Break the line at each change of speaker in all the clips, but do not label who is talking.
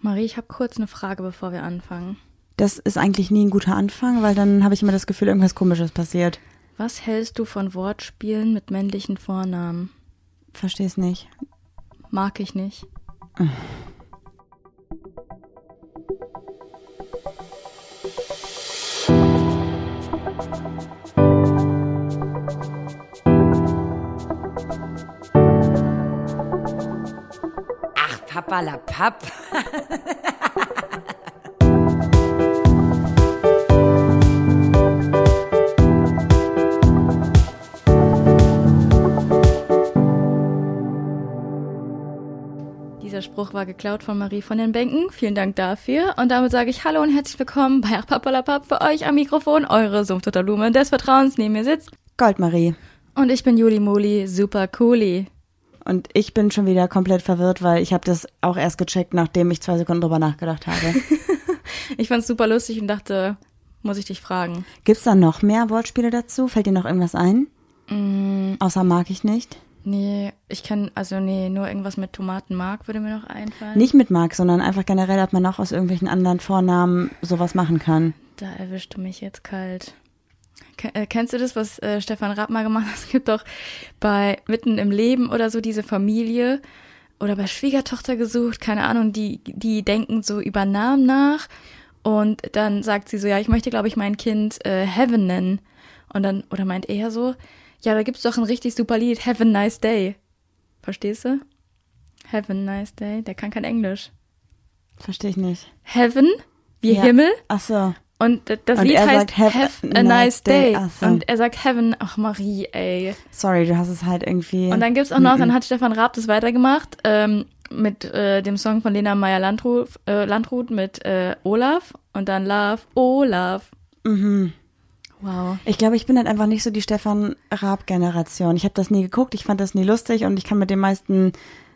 Marie, ich habe kurz eine Frage, bevor wir anfangen.
Das ist eigentlich nie ein guter Anfang, weil dann habe ich immer das Gefühl, irgendwas Komisches passiert.
Was hältst du von Wortspielen mit männlichen Vornamen?
Versteh's nicht.
Mag ich nicht.
Ach, Papalapap.
Dieser Spruch war geklaut von Marie von den Bänken. Vielen Dank dafür. Und damit sage ich Hallo und herzlich willkommen bei Ach Papalapap für euch am Mikrofon. Eure Sumpftoter Blume des Vertrauens neben mir sitzt.
Goldmarie.
Und ich bin Juli Moli, super cooli.
Und ich bin schon wieder komplett verwirrt, weil ich habe das auch erst gecheckt, nachdem ich zwei Sekunden drüber nachgedacht habe.
Ich fand's super lustig und dachte, muss ich dich fragen.
Gibt's da noch mehr Wortspiele dazu? Fällt dir noch irgendwas ein?
Mm.
Außer mag ich nicht.
Nee, ich kann, also nee, nur irgendwas mit Tomatenmark würde mir noch einfallen.
Nicht mit mag, sondern einfach generell, ob man auch aus irgendwelchen anderen Vornamen sowas machen kann.
Da erwischte mich jetzt kalt. Ke- äh, Kennst du das, was äh, Stefan Rapp mal gemacht hat? Es gibt doch bei Mitten im Leben oder so diese Familie oder bei Schwiegertochter gesucht, keine Ahnung, die, die denken so über Namen nach und dann sagt sie so, ja, ich möchte, glaube ich, mein Kind äh, Heaven nennen. Und dann, oder meint er so, ja, da gibt's doch ein richtig super Lied, Have a Nice Day. Verstehst du? Have a Nice Day, der kann kein Englisch.
Verstehe ich nicht.
Heaven, wie
Ja.
Himmel,
Ach so.
und d- das
Und
Lied
er
heißt
sagt, "Have
Have a Nice Day.
Ach so.
Und er sagt Heaven, ach Marie, ey.
Sorry, du hast es halt irgendwie.
Und dann gibt's auch
Mhm.
noch, dann hat Stefan Raab das weitergemacht ähm, mit äh, dem Song von Lena Meyer Landrut, äh, Landrut mit äh, Olaf und dann Love, Olaf. Mhm. Wow.
Ich glaube, ich bin halt einfach nicht so die Stefan Raab-Generation. Ich habe das nie geguckt, ich fand das nie lustig und ich kann mit den meisten,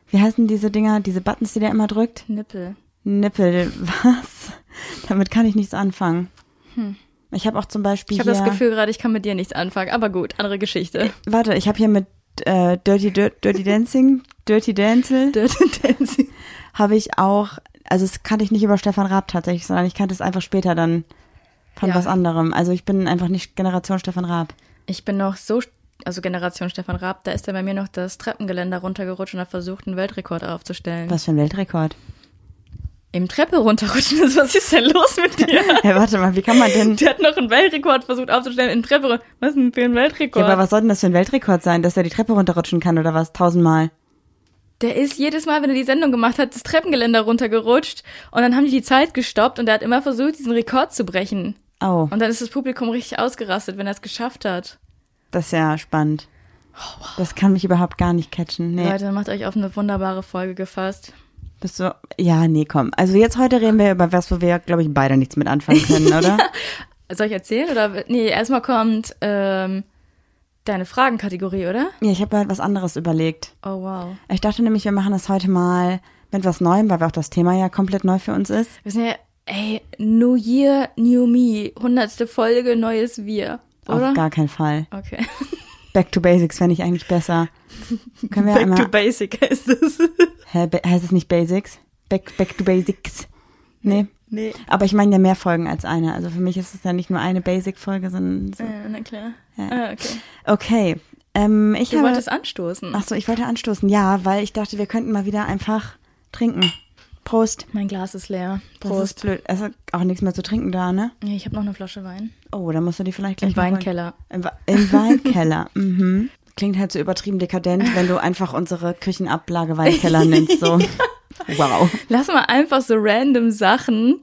wie heißen diese Dinger, diese Buttons, die der immer drückt?
Nippel.
Nippel, was? Damit kann ich nichts anfangen. Ich habe auch zum Beispiel.
Hm. Ich habe das
hier-
Gefühl gerade, ich kann mit dir nichts anfangen, aber gut, andere Geschichte.
Warte, ich habe hier mit äh, Dirty, Dir- Dirty Dancing, Dirty Dancel,
Dirty Dancing.
habe ich auch, also das kannte ich nicht über Stefan Raab tatsächlich, sondern ich kannte es einfach später dann von
Ja.
was anderem. Also ich bin einfach nicht Generation Stefan Raab.
Ich bin noch so, also Generation Stefan Raab, da ist er bei mir noch das Treppengeländer runtergerutscht und hat versucht, einen Weltrekord aufzustellen.
Was für ein Weltrekord.
Im Treppe runterrutschen ist, was ist denn los mit dir?
Hey, warte mal, wie kann man denn.
Der hat noch einen Weltrekord versucht aufzustellen in Treppe. run- Was denn für ein
Ja,
Weltrekord?
aber was soll denn das für ein Weltrekord sein, dass er die Treppe runterrutschen kann oder was? Tausendmal.
der ist jedes Mal, wenn er die Sendung gemacht hat, das Treppengeländer runtergerutscht und dann haben die die Zeit gestoppt und er hat immer versucht, diesen Rekord zu brechen.
Oh,
Und dann ist das Publikum richtig ausgerastet, wenn er es geschafft hat.
das ist ja spannend. Das kann mich überhaupt gar nicht catchen. Nee,
Oh, Leute, macht euch auf eine wunderbare Folge gefasst.
bist du. Ja, nee, komm. Also jetzt heute reden wir über was, wo wir, glaube ich, beide nichts mit anfangen können, oder?
Soll ich erzählen? Oder nee, erstmal kommt ähm, deine Fragenkategorie, oder?
Ja, ich habe halt was anderes überlegt.
Oh wow.
Ich dachte nämlich, wir machen das heute mal mit was Neuem, weil auch das Thema ja komplett neu für uns ist.
Wir sind ja, ey, New Year, New Me. Hundertste Folge, neues Wir. Oder?
Auf gar keinen Fall.
okay.
Back to Basics fände ich eigentlich besser. Können wir
Back
einmal.
to basic heißt es.
Hä, ba- heißt es nicht Basics? Back, back to Basics. Nee.
Nee.
Aber ich meine ja mehr Folgen als eine. Also für mich ist es ja nicht nur eine Basic-Folge, sondern. So.
Äh, na klar.
Ja.
Ah, okay.
Okay. Ähm, ich
Du
habe.
wolltest anstoßen.
Achso, ich wollte anstoßen. Ja, weil ich dachte, wir könnten mal wieder einfach trinken. Prost.
Mein Glas ist leer.
Das
Prost.
ist blöd. Es ist auch nichts mehr zu trinken da, ne?
Nee, ich habe noch eine Flasche Wein.
Oh, da musst du die vielleicht gleich
Im
noch holen.
Weinkeller.
Im, Wa- im Weinkeller. mhm. Klingt halt so übertrieben dekadent, wenn du einfach unsere Küchenablage Weinkeller nennst. So. Wow.
Lass mal einfach so random Sachen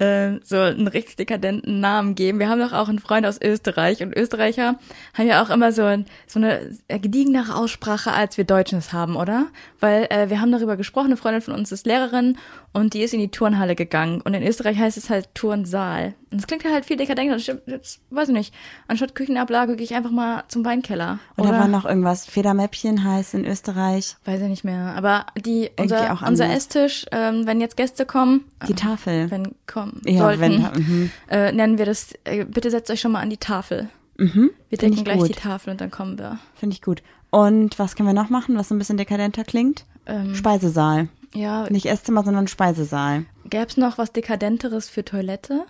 ähm, so einen richtig dekadenten Namen geben. Wir haben doch auch einen Freund aus Österreich und Österreicher haben ja auch immer so, ein, so eine gediegenere Aussprache, als wir Deutschen es haben, oder? Weil äh, wir haben darüber gesprochen, eine Freundin von uns ist Lehrerin und die ist in die Turnhalle gegangen und in Österreich heißt es halt Turnsaal. Und es klingt halt viel dekadenter. Ich- Jetzt, weiß ich nicht, anstatt Küchenablage gehe ich einfach mal zum Weinkeller.
Oder,
Oder,
war noch irgendwas? Federmäppchen heißt in Österreich.
weiß ich nicht mehr. Aber die,
Irgendwie
unser,
auch
unser
anders.
Esstisch, ähm, wenn jetzt Gäste kommen,
Die Tafel.
Ah, wenn kommen
Ja,
sollten,
wenn- mhm.
äh, nennen wir das, äh, bitte setzt euch schon mal an die Tafel. Wir
Mhm, Find
decken
ich
gleich
gut.
die Tafel und dann kommen wir.
Finde ich gut. Und was können wir noch machen, was so ein bisschen dekadenter klingt?
Ähm,
Speisesaal.
ja,
Nicht Esszimmer, sondern Speisesaal.
Gäbe es noch was Dekadenteres für Toilette?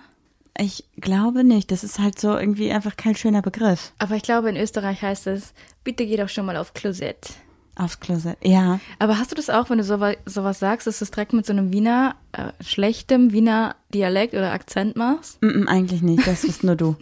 Ich glaube nicht. Das ist halt so irgendwie einfach kein schöner Begriff.
Aber ich glaube, in Österreich heißt es, bitte geh doch schon mal auf Klosett.
Aufs Klosett. Ja.
Aber hast du das auch, wenn du sowas, sowas sagst, dass du es direkt mit so einem Wiener, äh, schlechtem Wiener Dialekt oder Akzent machst?
Mm -mm, eigentlich nicht. Das bist nur du.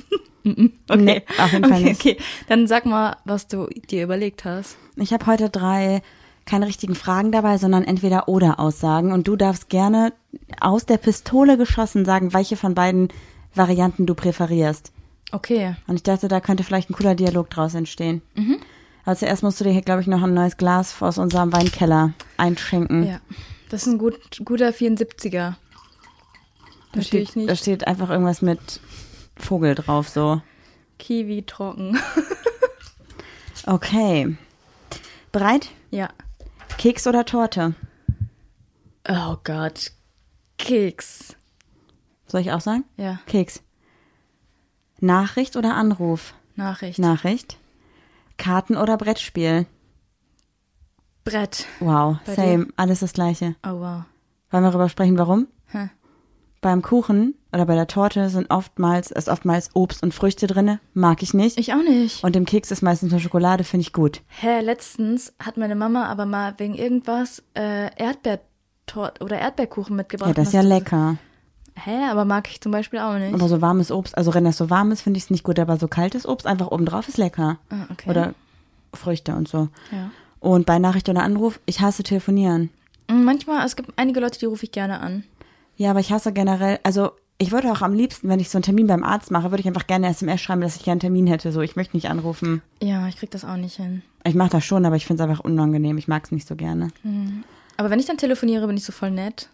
Okay.
Nee, auf jeden Fall
okay,
nicht.
okay. Dann sag mal, was du dir überlegt hast.
Ich habe heute drei keine richtigen Fragen dabei, sondern entweder oder Aussagen. Und du darfst gerne aus der Pistole geschossen sagen, welche von beiden Varianten du präferierst.
Okay.
Und ich dachte, da könnte vielleicht ein cooler Dialog draus entstehen.
Mhm.
Aber zuerst musst du dir hier, glaube ich, noch ein neues Glas aus unserem Weinkeller einschenken.
Ja. Das ist ein gut, guter 74er. Verstehe ich
Da
nicht.
steht einfach irgendwas mit Vogel drauf, so.
Kiwi trocken.
Okay. Bereit?
ja.
Keks oder Torte?
Oh Gott. Keks.
Soll ich auch sagen?
Ja.
Keks. Nachricht oder Anruf?
Nachricht.
Nachricht. Karten oder Brettspiel?
Brett.
Wow,
Bei
same, alles das gleiche.
Oh wow.
Wollen wir darüber sprechen, warum?
Hä?
Beim Kuchen oder bei der Torte sind oftmals, ist oftmals Obst und Früchte drinne, mag ich nicht.
Ich auch nicht.
Und im Keks ist meistens nur Schokolade, finde ich gut.
Hä, letztens hat meine Mama aber mal wegen irgendwas äh, Erdbeertort oder Erdbeerkuchen mitgebracht.
Ja, das ist ja
Und hast
lecker.
du- Hä, aber mag ich zum Beispiel auch nicht.
Aber so warmes Obst, also wenn das so warm ist, finde ich es nicht gut, aber so kaltes Obst einfach obendrauf ist lecker.
Ah, okay.
Oder Früchte und so.
Ja.
Und bei Nachricht oder Anruf, ich hasse telefonieren.
Mm, Manchmal, es gibt einige Leute, die rufe ich gerne an.
Ja, aber ich hasse generell, also ich würde auch am liebsten, wenn ich so einen Termin beim Arzt mache, würde ich einfach gerne SMS schreiben, dass ich gerne einen Termin hätte. So, ich möchte nicht anrufen.
Ja, ich krieg das auch nicht hin.
Ich mache das schon, aber ich finde es einfach unangenehm. Ich mag es nicht so gerne.
Aber wenn ich dann telefoniere, bin ich so voll nett.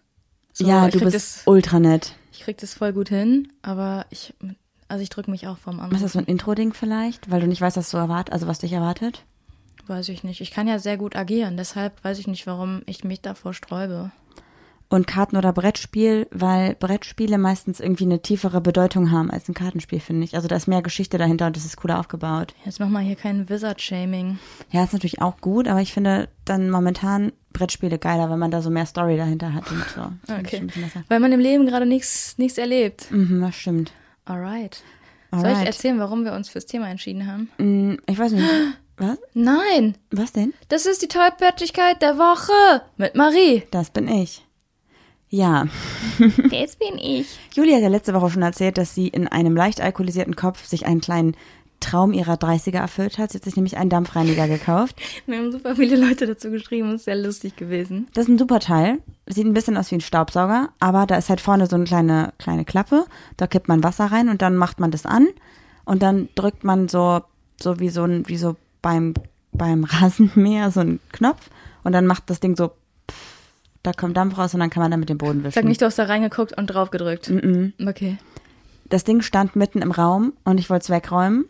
So,
ja,
ich
du
krieg
bist
Das,
ultra nett.
ich krieg das voll gut hin, aber ich, also ich drücke mich auch vom
Ist
Anruf.
das so ein Intro-Ding vielleicht? Weil du nicht weißt, was du erwartet, also was dich erwartet?
Weiß ich nicht. Ich kann ja sehr gut agieren, deshalb weiß ich nicht, warum ich mich davor sträube.
Und Karten- oder Brettspiel, weil Brettspiele meistens irgendwie eine tiefere Bedeutung haben als ein Kartenspiel, finde ich. Also da ist mehr Geschichte dahinter und das ist cooler aufgebaut.
Jetzt mach mal hier kein Wizard-Shaming.
Ja, ist natürlich auch gut, aber ich finde dann momentan Brettspiele geiler, weil man da so mehr Story dahinter hat und so. Das finde ich schon ein
Okay.
bisschen besser.
Weil man im Leben gerade nichts nichts erlebt.
Mhm, das stimmt.
Alright. Soll ich
Alright.
erzählen, warum wir uns fürs Thema entschieden haben?
Mm, ich weiß nicht. Was?
Nein,
Was denn?
das ist die Tollpatschigkeit der Woche mit Marie.
Das bin ich. Ja.
Jetzt bin ich.
Julia hat ja letzte Woche schon erzählt, dass sie in einem leicht alkoholisierten Kopf sich einen kleinen Traum ihrer 30er erfüllt hat. Sie hat sich nämlich einen Dampfreiniger gekauft.
Mir haben super viele Leute dazu geschrieben, ist sehr lustig gewesen.
Das ist ein super Teil. Sieht ein bisschen aus wie ein Staubsauger, aber da ist halt vorne so eine kleine, kleine Klappe. Da kippt man Wasser rein und dann macht man das an. Und dann drückt man so, so wie so ein, wie so beim, beim Rasenmäher so einen Knopf. Und dann macht das Ding so, pff, da kommt Dampf raus und dann kann man damit den Boden wischen.
Sag nicht, du hast da reingeguckt und drauf gedrückt. Mm Okay.
das Ding stand mitten im Raum und ich wollte es wegräumen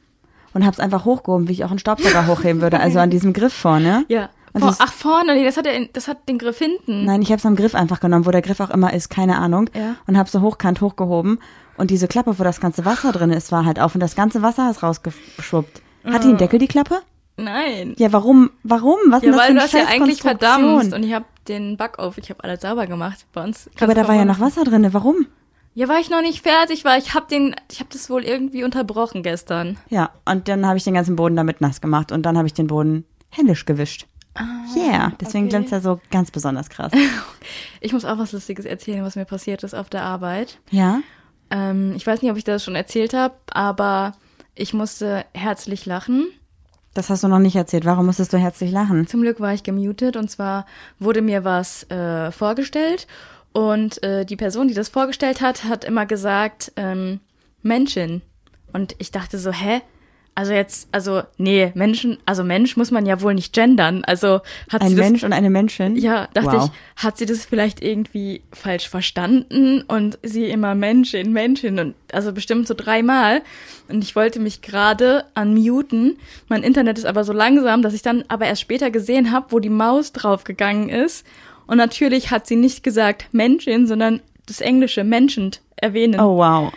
und habe es einfach hochgehoben, wie ich auch einen Staubsauger hochheben würde, also an diesem Griff vorne.
Ja.
Und
Vor,
das-
ach, vorne, nee, das hat, der, das hat den Griff hinten.
Nein, ich habe es am Griff einfach genommen, wo der Griff auch immer ist, keine Ahnung,
Ja.
und habe so hochkant hochgehoben und diese Klappe, wo das ganze Wasser drin ist, war halt auf und das ganze Wasser ist rausgeschwuppt. Hat die einen Deckel die Klappe?
Nein.
Ja, warum? Warum? Was
Ah. Ja,
denn das für
weil
eine
du hast ja eigentlich
Scheißkonstruktion?
verdammt und ich habe den Backofen, ich habe alles sauber gemacht bei uns.
Aber da war ja noch Wasser drin. Warum?
Ja, war ich noch nicht fertig, weil ich habe den, ich habe das wohl irgendwie unterbrochen gestern.
Ja, und dann habe ich den ganzen Boden damit nass gemacht und dann habe ich den Boden händisch gewischt. yeah, deswegen
Ah, okay.
glänzt er so ganz besonders krass.
Ich muss auch was Lustiges erzählen, was mir passiert ist auf der Arbeit.
ja?
Ähm, ich weiß nicht, ob ich das schon erzählt habe, aber ich musste herzlich lachen.
Das hast du noch nicht erzählt. Warum musstest du herzlich lachen?
Zum Glück war ich gemutet und zwar wurde mir was äh, vorgestellt und äh, die Person, die das vorgestellt hat, hat immer gesagt, ähm, Menschen. Und ich dachte so, hä? Also jetzt, also nee, Menschen, also Mensch muss man ja wohl nicht gendern. Also hat
Ein
sie das
Mensch und eine Menschin?
Ja, dachte
wow.
ich, hat sie das vielleicht irgendwie falsch verstanden und sie immer Menschin, Menschin und also bestimmt so dreimal. Und ich wollte mich gerade unmuten. Mein Internet ist aber so langsam, dass ich dann aber erst später gesehen habe, wo die Maus draufgegangen ist. Und natürlich hat sie nicht gesagt Menschin, sondern das englische Menschend erwähnen.
Oh, wow.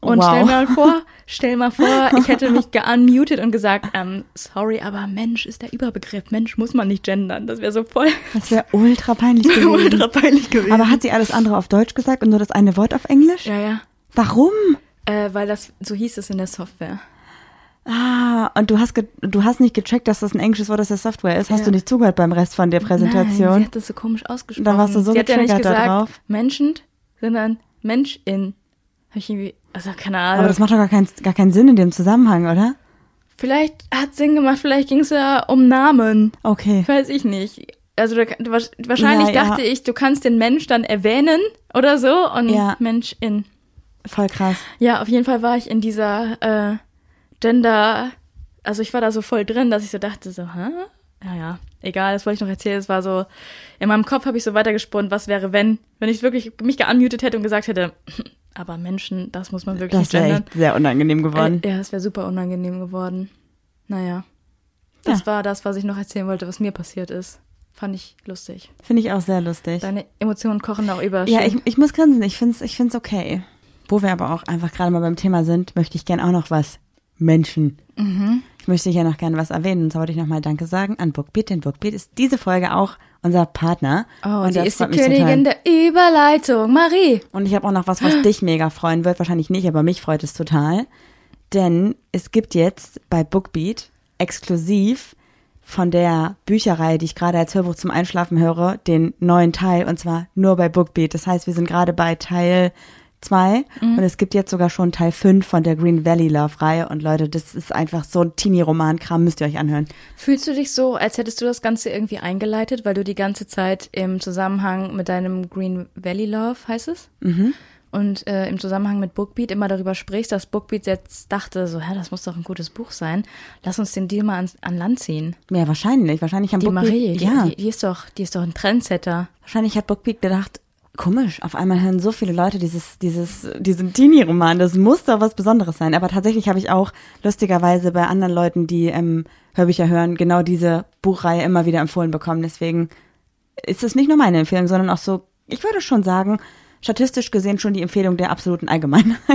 Und
Wow.
stell mir mal vor, stell mal vor, ich hätte mich geunmutet und gesagt, ähm, sorry, aber Mensch ist der Überbegriff. Mensch muss man nicht gendern. Das wäre so voll
Das wäre ultra peinlich gewesen.
ultra peinlich gewesen.
Mhm. Aber hat sie alles andere auf Deutsch gesagt und nur das eine Wort auf Englisch?
ja, ja.
Warum?
Äh, weil das, so hieß es in der Software.
Ah, und du hast, ge du hast nicht gecheckt, dass das ein englisches Wort aus der Software ist. Hast
Ja.
du nicht zugehört beim Rest von der
Nein, sie
Präsentation?
hat das so komisch ausgesprochen.
Dann warst du so
sie hat ja nicht
getriggert da
gesagt,
drauf.
Menschen, sondern Mensch in. Hab ich irgendwie, also keine Ahnung.
Aber das macht doch gar, kein, gar keinen Sinn in dem Zusammenhang, oder?
vielleicht hat Sinn gemacht, vielleicht ging es ja um Namen.
Okay.
Weiß ich nicht. Also da, du- wahrscheinlich
Ja, ja.
dachte ich, du kannst den Mensch dann erwähnen oder so und
Ja.
Mensch in.
Voll krass.
Ja, auf jeden Fall war ich in dieser äh, Gender, also ich war da so voll drin, dass ich so dachte, so, hä? Naja, egal, das wollte ich noch erzählen. Es war so, in meinem Kopf habe ich so weitergesponnen, was wäre, wenn, wenn ich wirklich mich geunmutet hätte und gesagt hätte, aber Menschen, das muss man wirklich
Das
nicht
wäre
gendern.
echt sehr unangenehm geworden.
Äh, ja, es wäre super unangenehm geworden. Naja. Das war das, was ich noch erzählen wollte, was mir passiert ist. Fand ich lustig.
Finde ich auch sehr lustig.
Deine Emotionen kochen auch über.
Ja, ich, ich muss grinsen. Ich finde es ich find's okay. Wo wir aber auch einfach gerade mal beim Thema sind, möchte ich gern auch noch was. Menschen.
Mhm.
Ich möchte hier noch gerne was erwähnen. Und zwar wollte ich nochmal Danke sagen an Bookbeat, denn Bookbeat ist diese Folge auch unser Partner.
Oh,
und
sie
das
ist die
freut mich total.
Königin der Überleitung. Marie.
Und ich habe auch noch was, was dich mega freuen wird. Wahrscheinlich nicht, aber mich freut es total. Denn es gibt jetzt bei Bookbeat exklusiv von der Bücherei, die ich gerade als Hörbuch zum Einschlafen höre, den neuen Teil. Und zwar nur bei Bookbeat. Das heißt, wir sind gerade bei Teil 2.
Mhm.
Und es gibt jetzt sogar schon Teil 5 von der Green Valley Love Reihe. Und Leute, das ist einfach so ein Teenie-Roman-Kram. Müsst ihr euch anhören.
Fühlst du dich so, als hättest du das Ganze irgendwie eingeleitet, weil du die ganze Zeit im Zusammenhang mit deinem Green Valley Love, heißt es?
Mhm.
Und äh, im Zusammenhang mit Bookbeat immer darüber sprichst, dass Bookbeat jetzt dachte, so, hä, das muss doch ein gutes Buch sein. Lass uns den Deal mal an, an Land ziehen.
Ja, wahrscheinlich. Wahrscheinlich haben
Die
Bookbeat,
Marie, die,
ja.
die, die ist doch, die ist doch ein Trendsetter.
Wahrscheinlich hat Bookbeat gedacht, komisch, auf einmal hören so viele Leute dieses, dieses, diesen Teenie-Roman, das muss doch was Besonderes sein. Aber tatsächlich habe ich auch lustigerweise bei anderen Leuten, die ähm, Hörbücher hören, genau diese Buchreihe immer wieder empfohlen bekommen. Deswegen ist es nicht nur meine Empfehlung, sondern auch so, ich würde schon sagen, statistisch gesehen schon die Empfehlung der absoluten Allgemeinheit.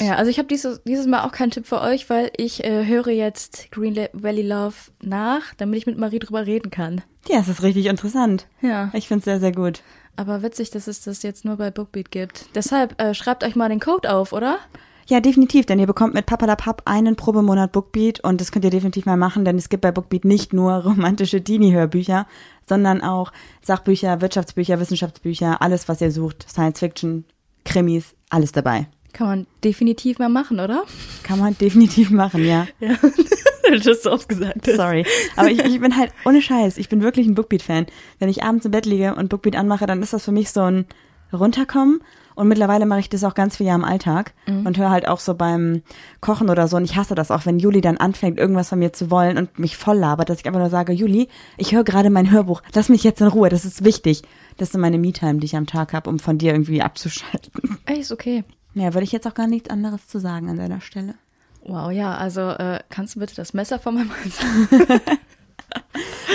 Ja, also ich habe dieses, dieses Mal auch keinen Tipp für euch, weil ich äh, höre jetzt Green Le- Valley Love nach, damit ich mit Marie drüber reden kann.
Ja, es ist richtig interessant.
Ja.
Ich finde es sehr, sehr gut.
Aber witzig, dass es das jetzt nur bei Bookbeat gibt. Deshalb äh, schreibt euch mal den Code auf, oder?
Ja, definitiv, denn ihr bekommt mit Papalapap einen Probemonat Bookbeat und das könnt ihr definitiv mal machen, denn es gibt bei Bookbeat nicht nur romantische Teenie-Hörbücher, sondern auch Sachbücher, Wirtschaftsbücher, Wissenschaftsbücher, alles, was ihr sucht, Science-Fiction, Krimis, alles dabei.
Kann man definitiv mal machen, oder?
Kann man definitiv machen, ja.
Ja. das ist so oft gesagt.
Sorry. Aber ich, ich bin halt ohne Scheiß, ich bin wirklich ein Bookbeat-Fan. Wenn ich abends im Bett liege und Bookbeat anmache, dann ist das für mich so ein Runterkommen. Und mittlerweile mache ich das auch ganz viel ja im Alltag und höre halt auch so beim Kochen oder so. Und ich hasse das auch, wenn Juli dann anfängt, irgendwas von mir zu wollen und mich voll labert, dass ich einfach nur sage, Juli, ich höre gerade mein Hörbuch, lass mich jetzt in Ruhe, das ist wichtig. Das ist so meine Me-Time, die ich am Tag habe, um von dir irgendwie abzuschalten.
Ey, ist okay.
Ja, würde ich jetzt auch gar nichts anderes zu sagen an deiner Stelle.
Wow, ja, also äh, kannst du bitte das Messer von meinem Hals nehmen?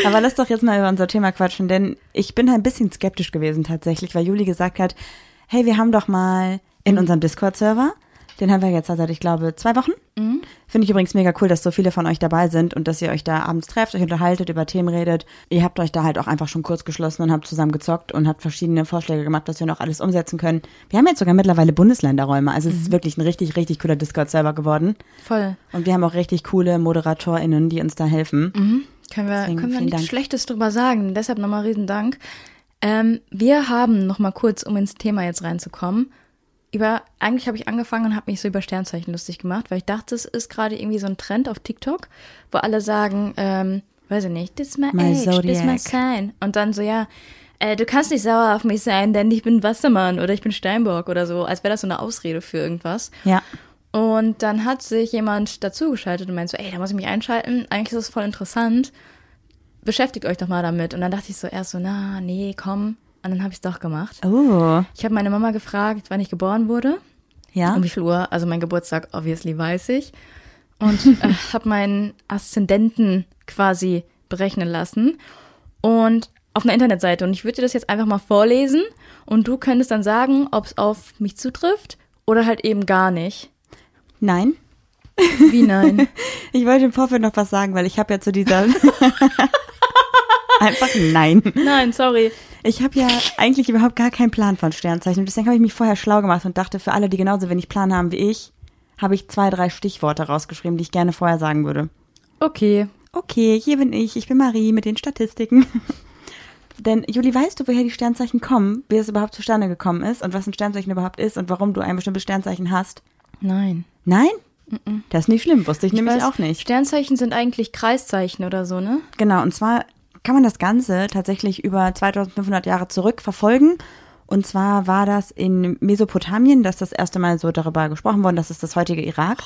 Aber lass doch jetzt mal über unser Thema quatschen, denn ich bin ein bisschen skeptisch gewesen tatsächlich, weil Juli gesagt hat, hey, wir haben doch mal in unserem Discord-Server, den haben wir jetzt seit, ich glaube, zwei Wochen. Finde ich übrigens mega cool, dass so viele von euch dabei sind und dass ihr euch da abends trefft, euch unterhaltet, über Themen redet. Ihr habt euch da halt auch einfach schon kurz geschlossen und habt zusammen gezockt und habt verschiedene Vorschläge gemacht, was wir noch alles umsetzen können. Wir haben jetzt sogar mittlerweile Bundesländerräume, also es ist wirklich ein richtig, richtig cooler Discord-Server geworden.
Voll.
Und wir haben auch richtig coole ModeratorInnen, die uns da helfen.
Können wir,
Deswegen
können wir
vielen
nichts
Dank.
Schlechtes drüber sagen. Deshalb nochmal riesen Dank. Ähm, wir haben nochmal kurz, um ins Thema jetzt reinzukommen, über, eigentlich habe ich angefangen und habe mich so über Sternzeichen lustig gemacht, weil ich dachte, es ist gerade irgendwie so ein Trend auf TikTok, wo alle sagen, ähm, weiß ich nicht, this is my,
My
age, this is my
zodiac.
sign. Und dann so, ja, äh, du kannst nicht sauer auf mich sein, denn ich bin Wassermann oder ich bin Steinbock oder so, als wäre das so eine Ausrede für irgendwas.
Ja.
Und dann hat sich jemand dazugeschaltet und meint so, ey, da muss ich mich einschalten. Eigentlich ist das voll interessant. Beschäftigt euch doch mal damit. Und dann dachte ich so erst so, na, nee, komm. Und dann habe ich es doch gemacht.
Oh.
Ich habe meine Mama gefragt, wann ich geboren wurde.
Ja.
Um wie viel Uhr? Also mein Geburtstag, obviously, weiß ich. Und äh, habe meinen Aszendenten quasi berechnen lassen. Und auf einer Internetseite. Und ich würde dir das jetzt einfach mal vorlesen. Und du könntest dann sagen, ob es auf mich zutrifft oder halt eben gar nicht.
Nein.
Wie nein?
Ich wollte im Vorfeld noch was sagen, weil ich habe ja zu dieser. Einfach nein.
nein, sorry.
Ich habe ja eigentlich überhaupt gar keinen Plan von Sternzeichen. Deswegen habe ich mich vorher schlau gemacht und dachte, für alle, die genauso wenig Plan haben wie ich, habe ich zwei, drei Stichworte rausgeschrieben, die ich gerne vorher sagen würde.
Okay.
Okay, hier bin ich. Ich bin Marie mit den Statistiken. Denn Juli, weißt du, woher die Sternzeichen kommen, wie es überhaupt zustande gekommen ist und was ein Sternzeichen überhaupt ist und warum du ein bestimmtes Sternzeichen hast?
Nein.
Nein? Das ist nicht schlimm, wusste ich, nämlich auch nicht.
Sternzeichen sind eigentlich Kreiszeichen oder so, ne?
Genau, und zwar kann man das Ganze tatsächlich über 2500 Jahre zurück verfolgen. Und zwar war das in Mesopotamien, dass das erste Mal so darüber gesprochen worden, das ist das heutige Irak.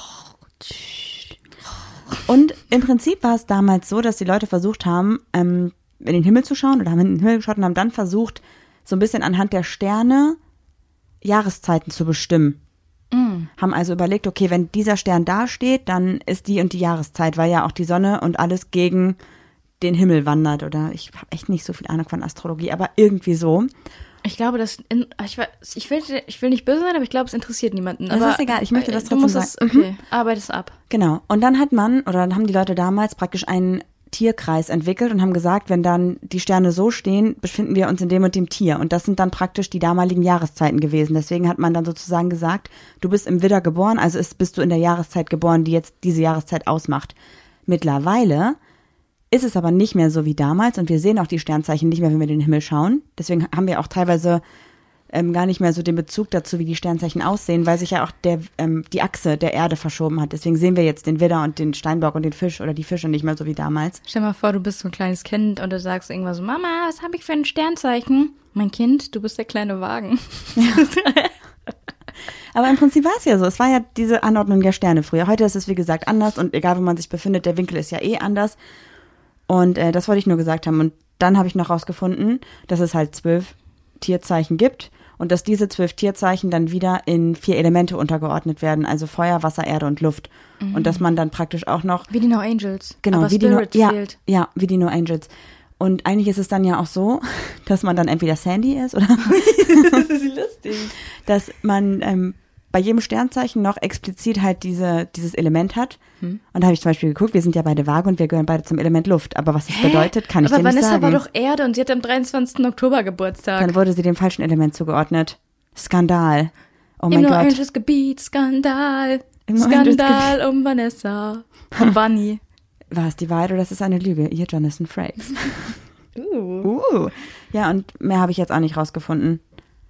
Und im Prinzip war es damals so, dass die Leute versucht haben, ähm, in den Himmel zu schauen oder haben in den Himmel geschaut und haben dann versucht, so ein bisschen anhand der Sterne Jahreszeiten zu bestimmen. Haben also überlegt, okay, wenn dieser Stern da steht, dann ist die und die Jahreszeit, weil ja auch die Sonne und alles gegen den Himmel wandert oder ich habe echt nicht so viel Ahnung von Astrologie, aber irgendwie so.
Ich glaube, das. In, ich, weiß, ich, will, ich will nicht böse sein, aber ich glaube, es interessiert niemanden.
Das
aber,
ist egal, ich möchte das
äh,
trotzdem
du musst es,
sagen.
Okay, arbeite es ab.
Genau. Und dann hat man oder dann haben die Leute damals praktisch einen Tierkreis entwickelt und haben gesagt, wenn dann die Sterne so stehen, befinden wir uns in dem und dem Tier. Und das sind dann praktisch die damaligen Jahreszeiten gewesen. Deswegen hat man dann sozusagen gesagt, du bist im Widder geboren, also ist, bist du in der Jahreszeit geboren, die jetzt diese Jahreszeit ausmacht. Mittlerweile ist es aber nicht mehr so wie damals und wir sehen auch die Sternzeichen nicht mehr, wenn wir in den Himmel schauen. Deswegen haben wir auch teilweise ähm, gar nicht mehr so den Bezug dazu, wie die Sternzeichen aussehen, weil sich ja auch der, ähm, die Achse der Erde verschoben hat. Deswegen sehen wir jetzt den Widder und den Steinbock und den Fisch oder die Fische nicht mehr so wie damals.
Stell mal vor, du bist so ein kleines Kind und du sagst irgendwann so: Mama, was habe ich für ein Sternzeichen? Mein Kind, du bist der kleine Wagen.
Aber im Prinzip war es ja so. Es war ja diese Anordnung der Sterne früher. Heute ist es, wie gesagt, anders und egal, wo man sich befindet, der Winkel ist ja eh anders. Und äh, das wollte ich nur gesagt haben. Und dann habe ich noch rausgefunden, dass es halt zwölf Tierzeichen gibt und dass diese zwölf Tierzeichen dann wieder in vier Elemente untergeordnet werden, also Feuer, Wasser, Erde und Luft. Und dass man dann praktisch auch noch
Wie die No Angels.
Genau,
aber
wie die No-
Spirit
ja,
fehlt.
Ja, wie die No Angels. Und eigentlich ist es dann ja auch so, dass man dann entweder Sandy ist oder dass man ähm, bei jedem Sternzeichen noch explizit halt diese, dieses Element hat.
Hm.
Und da habe ich zum Beispiel geguckt, wir sind ja beide Waage und wir gehören beide zum Element Luft. Aber was das bedeutet, kann ich
aber
dir nicht
Vanessa
sagen.
war doch Erde und sie hat am 23. Oktober Geburtstag.
dann wurde sie dem falschen Element zugeordnet. Skandal. Oh
Im
mein
No
Gott.
Angels Gebiet, Skandal.
Im No Angels
Skandal um Vanessa. Und Vanni.
War es die Wahrheit oder ist es eine Lüge? Ihr Jonathan Frakes. uh. Ja, und mehr habe ich jetzt auch nicht rausgefunden.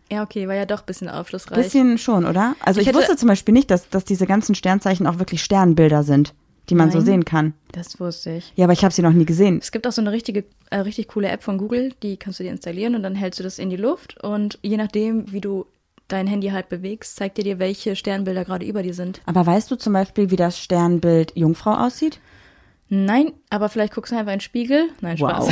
Ja, okay, war ja doch ein bisschen aufschlussreich.
Bisschen schon, oder? Also ich,
Ich hätte-
wusste zum Beispiel nicht, dass, dass diese ganzen Sternzeichen auch wirklich Sternbilder sind, die man so
Nein.
sehen kann.
Das wusste ich.
Ja, aber ich habe sie noch nie gesehen.
Es gibt auch so eine richtige, äh, richtig coole App von Google, die kannst du dir installieren und dann hältst du das in die Luft und je nachdem, wie du dein Handy halt bewegst, zeigt er dir, welche Sternbilder gerade über dir sind.
Aber weißt du zum Beispiel, wie das Sternbild Jungfrau aussieht?
Nein, aber vielleicht guckst du einfach in den Spiegel. Nein, Spaß.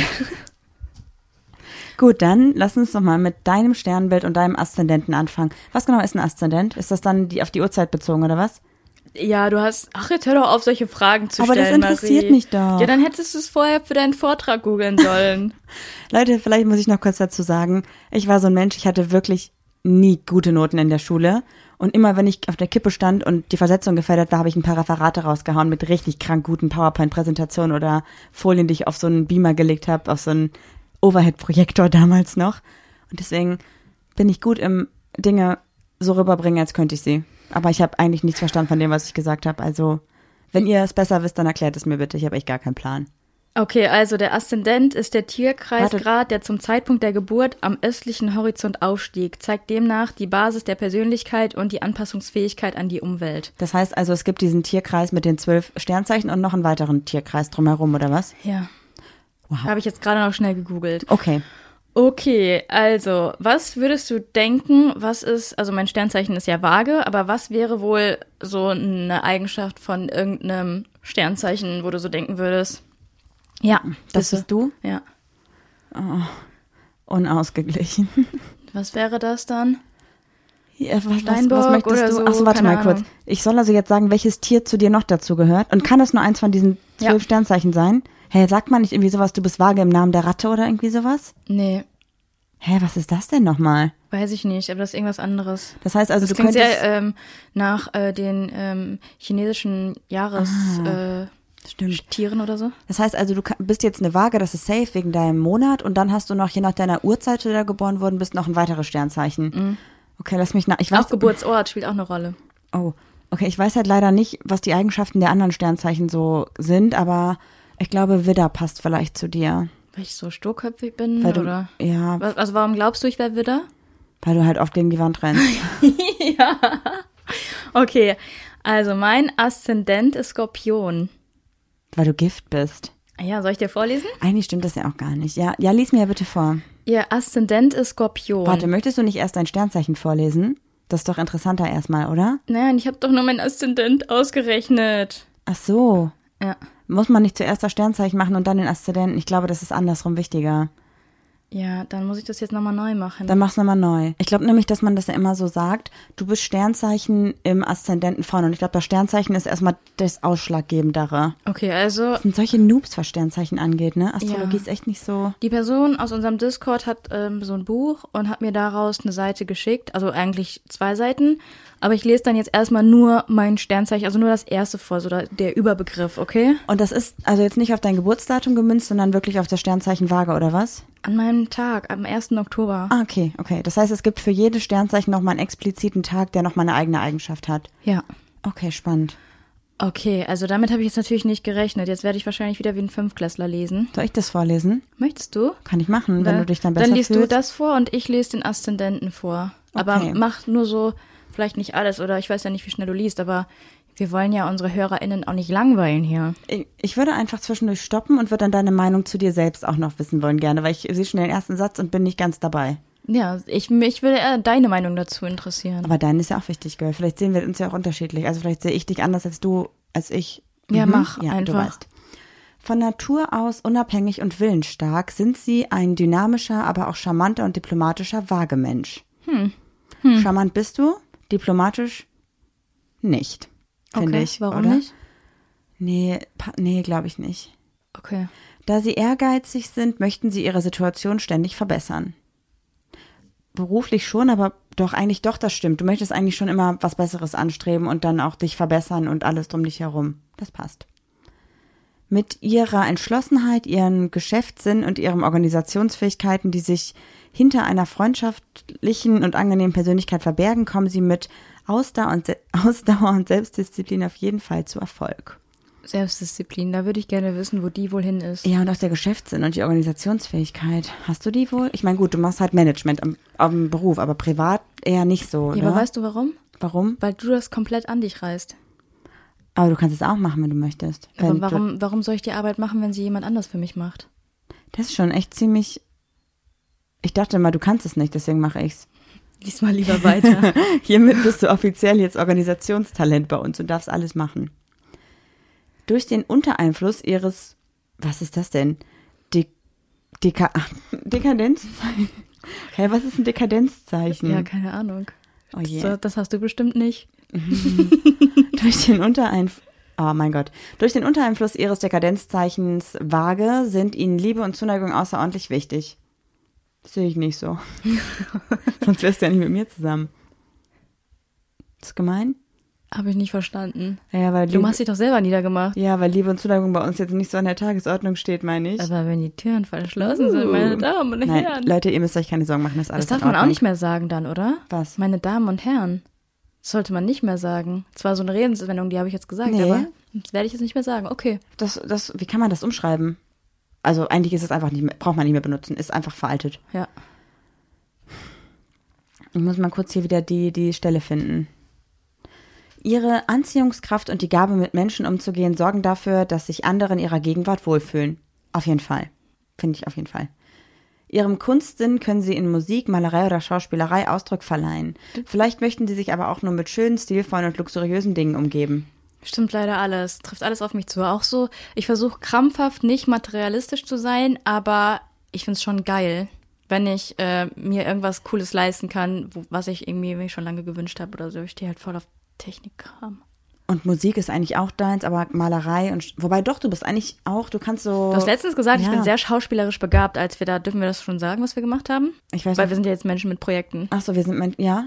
Gut, dann lass uns doch mal mit deinem Sternbild und deinem Aszendenten anfangen. Was genau ist ein Aszendent? Ist das dann die, auf die Uhrzeit bezogen oder was?
Ja, du hast. Ach, jetzt hör doch auf, solche Fragen zu
Aber das
stellen.
interessiert
Marie.
mich doch.
Ja, dann hättest du es vorher für deinen Vortrag googeln sollen.
Leute, vielleicht muss ich noch kurz dazu sagen, ich war so ein Mensch, ich hatte wirklich nie gute Noten in der Schule. Und immer, wenn ich auf der Kippe stand und die Versetzung gefährdet war, habe ich ein paar Referate rausgehauen mit richtig krank guten PowerPoint-Präsentationen oder Folien, die ich auf so einen Beamer gelegt habe, auf so einen Overhead-Projektor damals noch. Und deswegen bin ich gut im Dinge so rüberbringen, als könnte ich sie. Aber ich habe eigentlich nichts verstanden von dem, was ich gesagt habe. Also, wenn ihr es besser wisst, dann erklärt es mir bitte. Ich habe echt gar keinen Plan.
Okay, also der Aszendent ist der
Warte.
Tierkreisgrad, der zum Zeitpunkt der Geburt am östlichen Horizont aufstieg, zeigt demnach die Basis der Persönlichkeit und die Anpassungsfähigkeit an die Umwelt.
Das heißt also, es gibt diesen Tierkreis mit den zwölf Sternzeichen und noch einen weiteren Tierkreis drumherum, oder was?
Ja.
Wow.
Habe ich jetzt gerade noch schnell gegoogelt.
Okay.
Okay, also, was würdest du denken, was ist, also mein Sternzeichen ist ja vage, aber was wäre wohl so eine Eigenschaft von irgendeinem Sternzeichen, wo du so denken würdest? Ja,
Das
bitte.
bist du?
Ja.
Unausgeglichen.
Was wäre das dann?
Ja, was,
Steinbock oder so,
Ach so, warte
keine
mal kurz.
Ahnung.
Ich soll also jetzt sagen, welches Tier zu dir noch dazu gehört? Und kann das nur eins von diesen
Ja.
zwölf Sternzeichen sein? Hä, sagt man nicht irgendwie sowas, du bist vage im Namen der Ratte oder irgendwie sowas?
Nee,
Hä, was ist das denn nochmal?
Weil Weiß ich nicht, aber das ist irgendwas anderes.
Das heißt also,
Das
du
klingt
könntest.
sehr ähm, nach äh, den ähm, chinesischen Jahrestieren äh,
Ah, stimmt.
Tieren oder so.
Das heißt also, du ka- bist jetzt eine Waage, das ist safe wegen deinem Monat und dann hast du noch, je nach deiner Uhrzeit, wo du da geboren worden bist, noch ein weiteres Sternzeichen. Okay, lass mich nach. Ich weiß,
Mhm. Auch Geburtsort spielt auch eine Rolle.
oh, okay, ich weiß halt leider nicht, was die Eigenschaften der anderen Sternzeichen so sind, aber ich glaube, Widder passt vielleicht zu dir.
Weil ich so sturköpfig bin
Weil du,
oder.
Ja,
Was, also warum glaubst du, ich wäre Widder?
weil du halt oft gegen die Wand rennst.
Okay, also mein Aszendent ist Skorpion.
weil du Gift bist.
Ja, soll ich dir vorlesen?
Eigentlich stimmt das ja auch gar nicht. Ja, ja lies mir ja bitte vor.
Ihr Aszendent ist Skorpion.
Warte, möchtest du nicht erst dein Sternzeichen vorlesen? Das ist doch interessanter erstmal, oder?
Nein, ich habe doch nur meinen Aszendent ausgerechnet.
Ach so.
Ja.
Muss man nicht zuerst das Sternzeichen machen und dann den Aszendenten? Ich glaube, das ist andersrum wichtiger.
Ja, dann muss ich das jetzt nochmal neu machen.
Dann mach's nochmal neu. Ich glaube nämlich, dass man das ja immer so sagt, du bist Sternzeichen im Aszendenten vorne. Und ich glaube, das Sternzeichen ist erstmal das Ausschlaggebendere.
okay, also
Das sind solche Noobs, was Sternzeichen angeht, ne? Astrologie
Ja.
ist echt nicht so.
die Person aus unserem Discord hat ähm, so ein Buch und hat mir daraus eine Seite geschickt. Also eigentlich zwei Seiten. Aber ich lese dann jetzt erstmal nur mein Sternzeichen, also nur das erste vor, so da, der Überbegriff, okay?
Und das ist also jetzt nicht auf dein Geburtsdatum gemünzt, sondern wirklich auf das Sternzeichen Waage, oder was?
An meinem Tag, am 1. Oktober.
Ah, okay, okay. Das heißt, es gibt für jedes Sternzeichen nochmal einen expliziten Tag, der nochmal eine eigene Eigenschaft hat.
Ja.
Okay, spannend.
Okay, also damit habe ich jetzt natürlich nicht gerechnet. Jetzt werde ich wahrscheinlich wieder wie ein Fünfklässler lesen.
Soll ich das vorlesen?
Möchtest du?
Kann ich machen, wenn
Weil-
du dich dann besser
Ne? Dann liest
fühlst.
du das vor und ich lese den Aszendenten vor. Aber
Okay.
mach nur so, vielleicht nicht alles oder ich weiß ja nicht, wie schnell du liest, aber wir wollen ja unsere HörerInnen auch nicht langweilen hier.
Ich- Ich würde einfach zwischendurch stoppen und würde dann deine Meinung zu dir selbst auch noch wissen wollen gerne, weil ich sehe schon den ersten Satz und bin nicht ganz dabei.
Ja, ich, mich würde eher deine Meinung dazu interessieren.
Aber deine ist ja auch wichtig, Girl. Vielleicht sehen wir uns ja auch unterschiedlich. Also vielleicht sehe ich dich anders als du, als ich. Mhm.
Ja, mach
ja, Du
einfach.
weißt. Von Natur aus unabhängig und willensstark sind sie ein dynamischer, aber auch charmanter und diplomatischer Waagemensch. Hm. Charmant bist du, diplomatisch nicht. Finde
okay,
ich.
warum
oder?
nicht?
Nee, pa- nee glaube ich nicht.
Okay.
Da sie ehrgeizig sind, möchten sie ihre Situation ständig verbessern. Beruflich schon, aber doch eigentlich doch, das stimmt. Du möchtest eigentlich schon immer was Besseres anstreben und dann auch dich verbessern und alles um dich herum. Das passt. Mit ihrer Entschlossenheit, ihren Geschäftssinn und ihren Organisationsfähigkeiten, die sich hinter einer freundschaftlichen und angenehmen Persönlichkeit verbergen, kommen sie mit Ausdauer und, Se Ausdauer und Selbstdisziplin auf jeden Fall zu Erfolg.
Selbstdisziplin, da würde ich gerne wissen, wo die wohl hin ist.
Ja, und auch der Geschäftssinn und die Organisationsfähigkeit. Hast du die wohl? Ich meine, gut, du machst halt Management am, am Beruf, aber privat eher nicht so.
Ja,
oder?
aber weißt du warum?
warum?
Weil du das komplett an dich reißt.
Aber du kannst es auch machen, wenn du möchtest. Wenn
Aber warum, warum soll ich die Arbeit machen, wenn sie jemand anders für mich macht?
Du, das ist schon echt ziemlich. Ich dachte mal, du kannst es nicht, deswegen mache ich's.
Lies mal lieber weiter.
Hiermit bist du offiziell jetzt Organisationstalent bei uns und darfst alles machen. Durch den Untereinfluss ihres, was ist das denn? De Deka ach, Dekadenzzeichen. Hä, was ist ein Dekadenzzeichen?
ja, keine Ahnung.
Hm. Oh je.
So, das hast du bestimmt nicht.
Durch den Untereinfluss. Oh mein Gott. Durch den Untereinfluss ihres Dekadenzzeichens Waage sind ihnen Liebe und Zuneigung außerordentlich wichtig. Das sehe ich nicht so. Sonst wärst du ja nicht mit mir zusammen. Ist gemein?
Habe ich nicht verstanden.
Ja, weil
Du
Liebe,
hast dich doch selber niedergemacht.
ja, weil Liebe und Zuneigung bei uns jetzt nicht so an der Tagesordnung steht, meine ich.
Aber wenn die Türen verschlossen sind, meine Damen und
Uh. Nein,
Herren.
Leute, ihr müsst euch keine Sorgen machen, das ist alles
das darf
in
man
Ordnung.
auch nicht mehr sagen dann, oder?
Was?
Meine Damen und Herren. Das sollte man nicht mehr sagen. Zwar so eine Redenswendung, die habe ich jetzt gesagt,
Nee.
aber das werde ich jetzt nicht mehr sagen. Okay.
Das, das, wie kann man das umschreiben? Also eigentlich ist es einfach nicht mehr, braucht man nicht mehr benutzen, ist einfach veraltet.
Ja.
Ich muss mal kurz hier wieder die, die Stelle finden. Ihre Anziehungskraft und die Gabe, mit Menschen umzugehen, sorgen dafür, dass sich andere in ihrer Gegenwart wohlfühlen. Auf jeden Fall. Finde ich auf jeden Fall. Ihrem Kunstsinn können sie in Musik, Malerei oder Schauspielerei Ausdruck verleihen. Vielleicht möchten sie sich aber auch nur mit schönen, stilvollen und luxuriösen Dingen umgeben.
Stimmt leider alles. Trifft alles auf mich zu. Auch so, ich versuche krampfhaft nicht materialistisch zu sein, aber ich finde es schon geil, wenn ich äh, mir irgendwas Cooles leisten kann, wo, was ich irgendwie mir schon lange gewünscht habe oder so. Ich stehe halt voll auf Technikkram.
Und Musik ist eigentlich auch deins, aber Malerei und wobei doch, du bist eigentlich auch, du kannst so.
Du hast letztens gesagt, ich
Oh, Ja.
bin sehr schauspielerisch begabt, als wir da, dürfen wir das schon sagen, was wir gemacht haben?
Ich weiß
Weil
nicht.
wir sind ja jetzt Menschen mit Projekten.
Ach so, wir sind Menschen. Ja.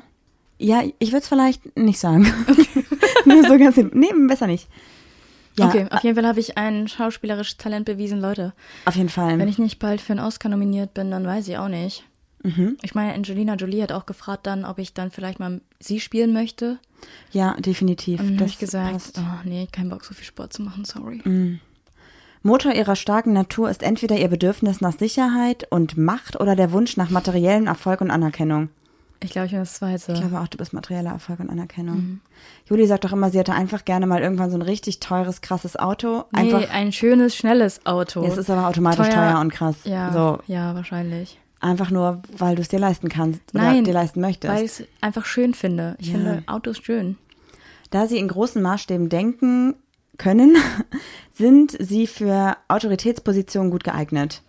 Ja, ich würde es vielleicht nicht sagen. Nur so ganz. hin- Nee, besser nicht. Ja,
okay, auf jeden Fall habe ich ein schauspielerisches Talent bewiesen, Leute.
auf jeden Fall.
Wenn ich nicht bald für einen Oscar nominiert bin, dann weiß ich auch nicht.
Mhm.
Ich meine, Angelina Jolie hat auch gefragt dann, ob ich dann vielleicht mal sie spielen möchte.
ja, definitiv.
Und dann habe
Mhm. das
ich gesagt,
passt. Mhm.
oh nee, kein Bock, so viel Sport zu machen, sorry.
Motor ihrer starken Natur ist entweder ihr Bedürfnis nach Sicherheit und Macht oder der Wunsch nach materiellem Erfolg und Anerkennung.
Ich glaube, ich bin das Zweite.
Ich glaube auch, du bist materieller Erfolg und Anerkennung.
Mhm.
Juli sagt doch immer, sie hätte einfach gerne mal irgendwann so ein richtig teures, krasses Auto.
nee,
Einfach.
ein schönes, schnelles Auto.
Es ist aber automatisch teuer, und krass.
Ja,
So,
ja wahrscheinlich.
einfach nur, weil du es dir leisten kannst oder
Nein,
dir leisten möchtest.
Weil ich es einfach schön finde. Ich finde Autos schön.
Da sie in großen Maßstäben denken können, sind sie für Autoritätspositionen gut geeignet.